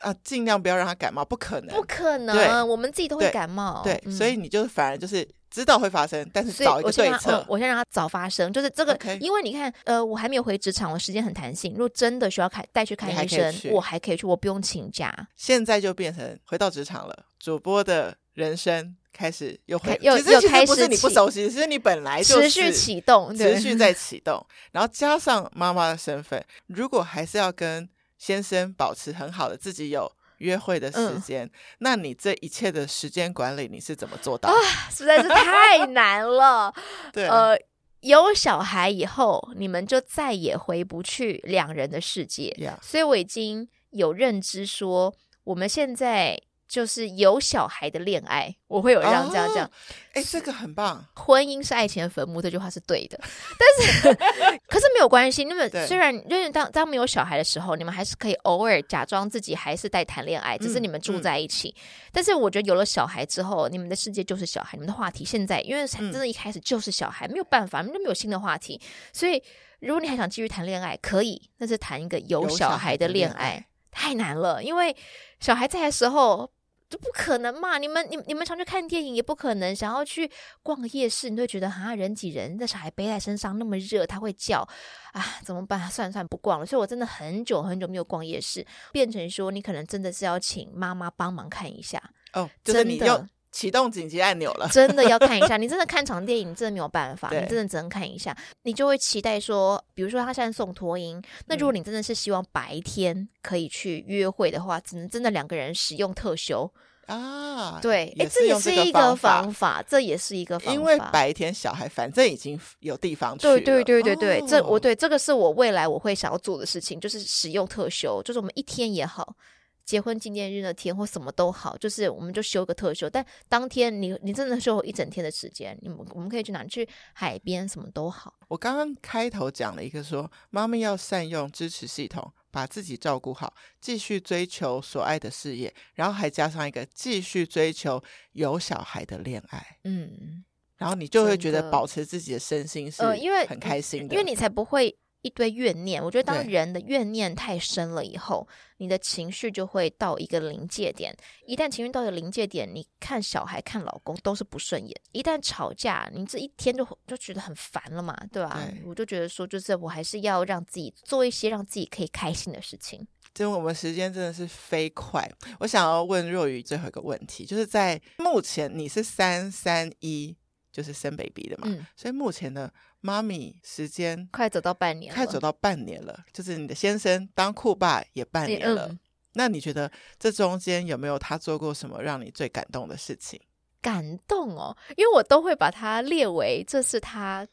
B: 啊，尽量不要让他感冒，不可能，
A: 不可
B: 对
A: 能，我们自己都会
B: 对
A: 感冒。
B: 对，
A: 嗯
B: 所以。你就反而就是知道会发生，但是
A: 所以
B: 找一
A: 我
B: 个
A: 先
B: 对
A: 让他、
B: 策
A: 嗯，我先让他早发生，就是这个
B: OK
A: 因为你看，呃，我还没有回职场，我时间很弹性。如果真的需要看带去看
B: 你还
A: 医
B: 可以
A: 生，
B: 去
A: 我还可以去，我不用请假。
B: 现在就变成回到职场了，主播的人生开始又回
A: 开，又
B: 其
A: 又
B: 实其
A: 开
B: 实不
A: 始
B: 是你不
A: 起
B: 熟悉，是你本来就
A: 持续
B: 是
A: 启动，对
B: 持续在启动，然后加上妈妈的身份，如果还是要跟先生保持很好的自己有。约会的时
A: 嗯
B: 间，那你这一切的时间管理你是怎么做到？
A: <laughs> 实在是
B: <laughs>
A: 太难了。
B: 对，
A: 啊呃，有小孩以后，你们就再也回不去两人的世界。
B: Yeah
A: 所以我已经有认知说，我们现在就是有小孩的恋爱，我会有让这样这样。
B: 哦哎、这个很棒，
A: 婚姻是爱情的坟墓，这句话是对的， <laughs> 但是可是没有关系。那么
B: 对
A: 虽然就是当当没有小孩的时候，你们还是可以偶尔假装自己还是在谈恋爱，只是
B: 嗯
A: 你们住
B: 嗯
A: 在一起。但是我觉得有了小孩之后，你们的世界就是小孩，你们的话题现在因为真
B: 嗯
A: 的一开始就是小孩，没有办法，你们就没有新的话题。所以如果你还想继续谈恋爱，可以，那是谈一个有
B: 有
A: 小
B: 小
A: 孩
B: 孩
A: 的
B: 的
A: 恋
B: 恋
A: 爱
B: 爱，
A: 太难了，因为小孩在的时候就不可能嘛！你们、你、你们想去看电影也不可能，想要去逛个夜市，你都会觉得啊，人挤人，那小孩背在身上那么热，他会叫啊，怎么办？算了算了，不逛了。所以我真的很久很久没有逛夜市，变成说你可能真的是要请妈妈帮忙看一下，
B: 哦，就是
A: 真
B: 你
A: 的
B: 又启动紧急按钮 <laughs> 了，
A: 真的要看一下。你真的看场电影，你真的没有办法，
B: 对
A: 你真的只能看一下。你就会期待说，比如说他现在送托婴，那
B: 嗯
A: 如果你真的是希望白天可以去约会的话，只能真的两个人使用特休。
B: 啊，
A: 对，哎，
B: 也
A: 这也
B: 用
A: 是
B: 个
A: 一
B: 方
A: 个方法，这也是一个方法，
B: 因为白天小孩反正已经有地方去了，
A: 对对对对对，这我
B: 哦
A: 对这个是我未来我会想要做的事情，就是使用特休，就是我们一天也好，结婚纪念日那天或什么都好，就是我们就休个特休，但当天你你真的休一整天的时间，你们我们可以去哪里去海边什么都好，
B: 我刚刚开头讲了一个说，妈咪要善用支持系统，把自己照顾好，继续追求所爱的事业，然后还加上一个继续追求有小孩的恋爱，
A: 嗯，
B: 然后你就会觉
A: 真
B: 得
A: 的
B: 保持自己的身心是
A: 呃因为
B: 很开心的，
A: 因为你才不会。一堆怨念，我觉得当
B: 对
A: 人的怨念太深了以后，你的情绪就会到一个临界点。一旦情绪到了临界点，你看小孩、看老公都是不顺眼。一旦吵架，你这一天就就觉得很烦了嘛，对吧、
B: 对
A: 我就觉得说，就是我还是要让自己做一些让自己可以开心的事情。
B: 就我们时间真的是飞快。我想要问若雨最后一个问题，就是在目前你是三三一，就是生 baby 的嘛，
A: 嗯，
B: 所以目前的妈咪时间
A: 快走到半年了，
B: 快走到半年了，就是你的先生当酷爸也半
A: 你
B: 年了。
A: 嗯
B: 那你觉得这中间有没有他做过什么让你最感动的事情？
A: 感动哦，因为我都会把它列为这是他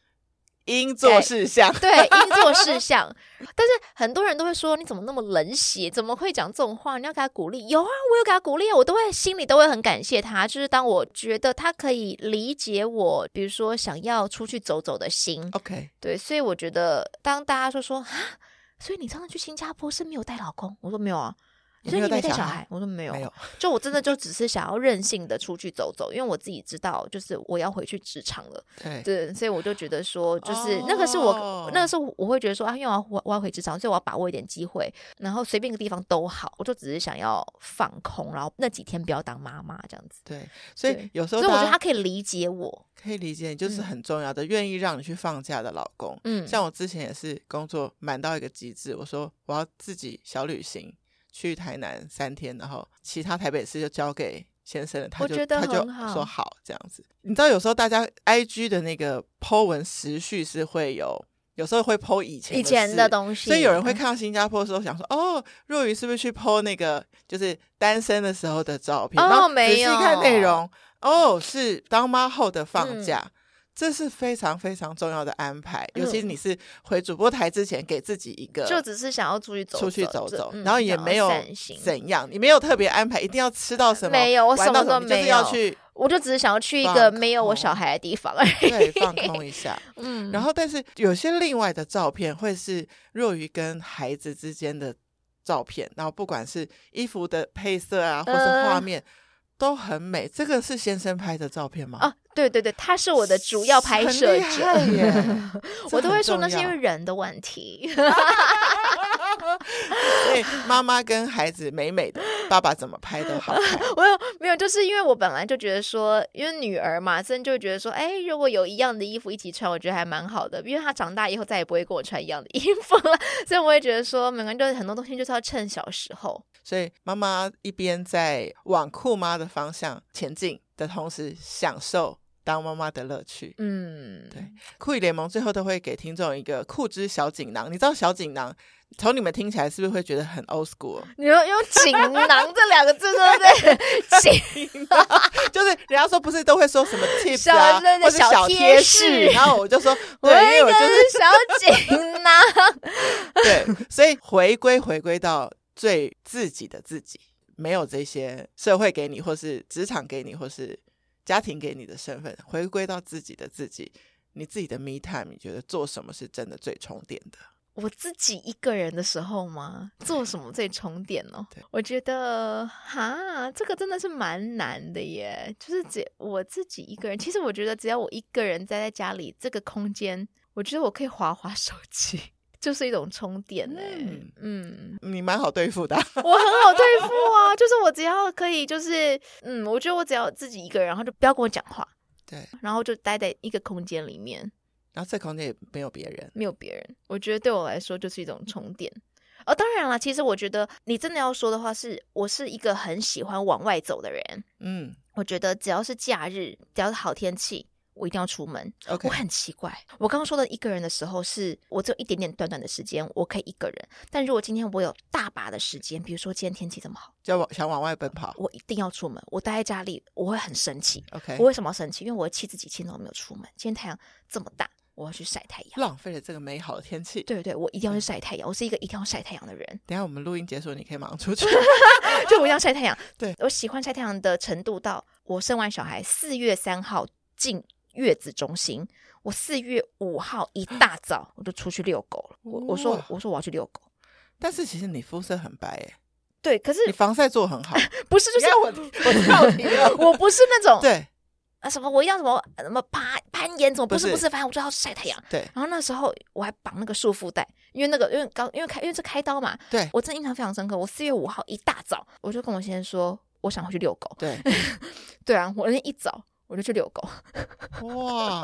B: 应做事项，
A: <laughs> 对，应做事项。但是很多人都会说，你怎么那么冷血？怎么会讲这种话？你要给他鼓励。有啊，我有给他鼓励啊，我都会心里都会很感谢他。就是当我觉得他可以理解我，比如说想要出去走走的心，
B: OK，
A: 对，所以我觉得当大家就说啊，所以你上次去新加坡是没有带老公？我说没有啊。
B: 你
A: 所以
B: 没有
A: 你没带
B: 带小
A: 小
B: 孩
A: 孩？我说没有，
B: 没有
A: 就我真的就只是想要任性的出去走走，因为我自己知道，就是我要回去职场了，
B: 对，
A: 对，所以我就觉得说，就是、那个是我
B: 哦
A: 那个是我会觉得说啊，因为我要我我要回职场，所以我要把握一点机会，然后随便一个地方都好，我就只是想要放空，然后那几天不要当妈妈这样子。
B: 对，所以
A: 对
B: 有时
A: 所
B: 候
A: 以我觉得
B: 大
A: 他
B: 家
A: 可以理解我，
B: 可以理解你，就是
A: 嗯
B: 很重要的，愿意让你去放假的老公。
A: 嗯，
B: 像我之前也是工作满到一个极致，我说我要自己小旅行去台南三天，然后其他台北市就交给先生了，他
A: 我
B: 就
A: 觉得
B: 他就
A: 很好
B: 说好这样子。你知道有时候大家 I G 的那个 po 文时序是会有有时候会剖以前
A: 以前的
B: 事
A: 东西，嗯
B: 所以有人会看到新加坡的时候想说，哦，若雨是不是去 PO 那个就是单身的时候的照片？
A: 哦
B: 然后仔
A: 没
B: 细
A: 有嗯
B: 看内容，哦，是当妈后的放假。这是非常非常重要的安排，尤其是你是回主播台之前，给自己一个
A: 嗯就只是想要出去走
B: 出去
A: 走
B: 走
A: 这
B: 走，
A: 嗯
B: 然后也
A: 想要
B: 没有
A: 散心
B: 怎样，你没有特别安排，一定要吃到什么，
A: 没有我
B: 玩
A: 什
B: 到
A: 么都
B: 么你就是
A: 没
B: 要
A: 有
B: 去
A: 我就只是想要去一
B: 放
A: 个没有我
B: 空
A: 小孩的地方而已。
B: 对放空一下。
A: 嗯，
B: 然后，但是有些另外的照片会是若愚跟孩子之间的照片，然后不管是衣服的配色啊，或是画
A: 呃
B: 面、都很美。这个是先生拍的照片吗？
A: 哦，对对对，他是我的主要拍
B: 很
A: 摄
B: 厉
A: 者，
B: 害
A: <laughs>
B: 耶 <laughs> 这
A: 我都会
B: 很
A: 说
B: 重
A: 那是因
B: 要
A: 为人的问题。
B: 所以妈妈跟孩子美美的，爸爸怎么拍都好看。
A: <laughs> 我有没有，就是因为我本来就觉得说，因为女儿嘛，真的就会觉得说，哎，如果有一样的衣服一起穿，我觉得还蛮好的，因为她长大以后再也不会跟我穿一样的衣服了， <laughs> 所以我也觉得说，每个人就是很多东西就是要趁小时候，
B: 所以妈妈一边在往酷妈的方向前进的同时，享受当妈妈的乐趣。
A: 嗯，
B: 对，酷艺联盟最后都会给听众一个酷之小锦囊。你知道小锦囊从你们听起来是不是会觉得很
A: <laughs>
B: old school？
A: 你要用“锦囊”这两个字，对不 <laughs> 对？锦
B: <laughs> 就是人家说不是都会
A: <laughs>
B: 说什么 tips
A: 小
B: 啊，
A: 那个
B: 或者
A: 小
B: 小
A: 贴
B: 贴
A: 士
B: 士，然后我
A: <laughs>
B: 就说，对，因为
A: 一
B: 我
A: 个
B: 就是
A: 是小锦囊，
B: 对，所以回归回归到最自己的自己，没有这些社会给你，或是职场给你，或是家庭给你的身份，回归到自己的自己，你自己的 me time，你觉得做什么是真的最充电的？
A: 我自己一个人的时候吗？做什么最充电呢、
B: 对
A: 我觉得哈，这个真的是蛮难的耶。就是只我自己一个人，其实我觉得只要我一个人待在家里这个空间，我觉得我可以划划手机，就是一种充电哎、
B: 嗯
A: 嗯，
B: 你蛮好对付的啊、
A: 我很好对付啊，就是我只要可以，就是嗯，我觉得我只要自己一个人，然后就不要跟我讲话，
B: 对，
A: 然后就待在一个空间里面，
B: 然后这空间也没有别人，
A: 没有别人，我觉得对我来说就是一种充电。哦，当然啦，其实我觉得你真的要说的话是，我是一个很喜欢往外走的人。
B: 嗯
A: 我觉得只要是假日，只要是好天气，我一定要出门。
B: ，OK，
A: 我很奇怪，我刚刚说的一个人的时候是，我只有一点点短短的时间，我可以一个人。但如果今天我有大把的时间，比如说今天天气这么好，
B: 就要往想往外奔跑
A: 我一定要出门。我待在家里，我会很生气。
B: ，OK，
A: 我为什么要生气？因为我会气自己，今天怎么没有出门？今天太阳这么大，我要去晒太阳。
B: 浪费了这个美好的天气。
A: 对对，我一定
B: 嗯
A: 要去晒太阳，我是一个一定要晒太阳的
B: <laughs>
A: 人，
B: 等一下我们录音结束，你可以马上
A: <laughs>
B: 出去。
A: 就我一定要晒太阳。
B: 对
A: 我喜欢晒太阳的程度到，我生完小孩四月三号进月子中心，我四月五号一大早我就出去遛狗了。我我说
B: 啊哇
A: 我说我要去遛狗，
B: 但是其实你肤色很白耶，
A: 对，可是
B: 你防晒做得很好，
A: 不是就是，
B: 你看我我跳题了
A: <laughs> 我不是那种
B: 啊对
A: 啊什么我一定要什么呃什么爬攀岩，怎么不是
B: 不
A: 不
B: 是
A: 是，反正我就要晒太阳。
B: 对
A: 然后那时候我还绑那个束缚带，因为那个因为刚因为开因为是开刀嘛，
B: 对
A: 我真的印象非常深刻。我四月五号一大早我就跟我先生说，我想回去遛狗。
B: 对，
A: 对啊，我那一早我就去遛狗， <laughs>
B: 哇，
A: 我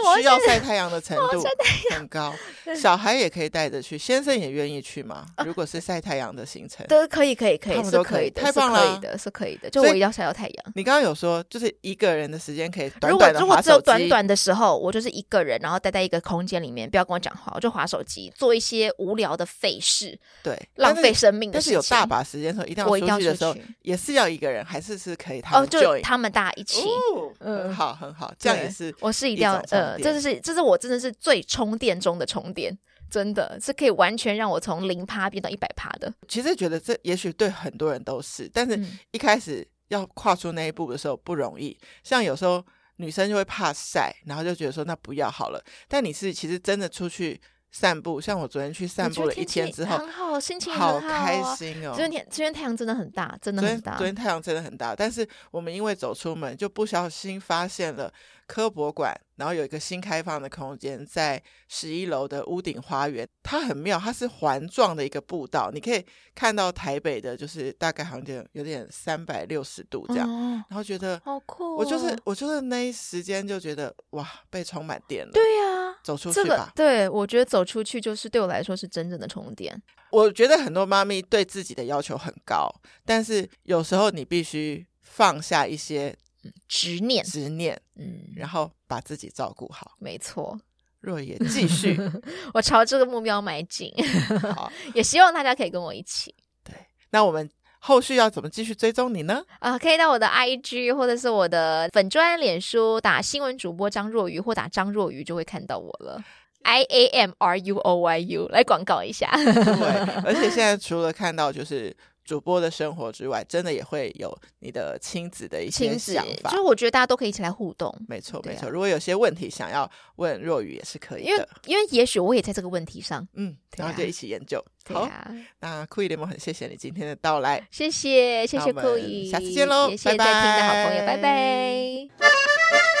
A: 要
B: 需需要晒太阳的程度
A: 晒
B: 很高，小孩也可以带着去，先生也愿意去吗？如果是晒太阳的行程，
A: 都可以，可以，可
B: 他
A: 以，
B: 们
A: 是
B: 都
A: 可
B: 可以
A: 以的，
B: 太棒
A: 是
B: 了
A: 可以
B: 啊
A: 的，是可以的。就我
B: 所
A: 一
B: 以
A: 定要晒到太阳。
B: 你刚刚有说，就是一个人的时间可以短
A: 如果
B: 短的
A: 如果
B: 划
A: 只有
B: 手
A: 短
B: 机，
A: 短的时候，我就是一个人，然后待在一个空间里面，不要跟我讲话，我就划手机，做一些无聊的废事，
B: 对，
A: 浪
B: 但
A: 费
B: 是
A: 生命的
B: 但
A: 事
B: 是
A: 情。哦
B: 有大把时间的时候，一定
A: 我一定要
B: 要出去的时候
A: 出去，
B: 也是要一个人，还是是可以他
A: 哦，
B: 们
A: 就
B: join
A: 他们大家一起。
B: 哦，
A: 嗯
B: 很好很好，这样也
A: 对
B: 是
A: 我是一
B: 一
A: 定要
B: 种充
A: 呃，这
B: 电
A: 就是这是我真的是最充电中的充电，真的是可以完全让我从零趴变到一百趴的。
B: 其实觉得这也许对很多人都是，但是
A: 嗯
B: 一开始要跨出那一步的时候不容易。像有时候女生就会怕晒，然后就觉得说那不要好了。但你是其实真的出去散步，像我昨天去散
A: 我觉
B: 步
A: 得
B: 了一
A: 天
B: 天
A: 气
B: 之后，
A: 很好，心情
B: 好
A: 很好
B: 开
A: 啊
B: 心哦。
A: 昨天天，昨天太阳真的很大，真的
B: 昨
A: 很
B: 天
A: 大。
B: 昨天太阳真的很大，但是我们因为走出门，就不小心发现了科博馆，然后有一个新开放的空间，在十一楼的屋顶花园，它很妙，它是环状的一个步道，你可以看到台北的，就是大概好像有有点三百六十度这样，
A: 哦、
B: 然后觉得
A: 好酷、哦！
B: 我就是我就是那一时间就觉得哇，被充满电了，
A: 对呀、
B: 走出去
A: 这
B: 吧。
A: 个对我觉得走出去就是对我来说是真正的充电。
B: 我觉得很多妈咪对自己的要求很高，但是有时候你必须放下一些
A: 执念，
B: 执念。
A: 嗯，
B: 然后把自己照顾好。
A: 没错，
B: 若也
A: <laughs>
B: 继续
A: 我朝这个目标迈进， <laughs>
B: 好，
A: 也希望大家可以跟我一起
B: 那我们后续要怎么继续追踪
A: <laughs>
B: 你呢？
A: 啊、可以到我的 IG 或者是我的粉专、脸书打新闻主播张若愚或打张若愚就会看到我了。I A M R U O Y U 来广告一下，
B: 对，而且现在除了看到就是主播的生活之外，真的也会有你的亲子的一些
A: 亲子
B: 想法
A: 就是。我觉得大家都可以一起来互动，
B: 没错，
A: 对
B: 没
A: 啊
B: 错。如果有些问题想要问若雨，也是可以
A: 因为
B: 的。
A: 因为也许我也在这个问题上。
B: 嗯，
A: 对
B: 然后就
A: 啊
B: 一起研究。
A: 对
B: 好，
A: 啊，
B: 那酷艺联盟很谢谢你今天的到
A: <laughs>
B: 来。
A: 谢谢谢
B: 那
A: 谢
B: 我们
A: 酷姨，
B: 下次见喽
A: 也谢谢
B: 拜
A: 在听的好朋友，
B: 拜
A: 拜拜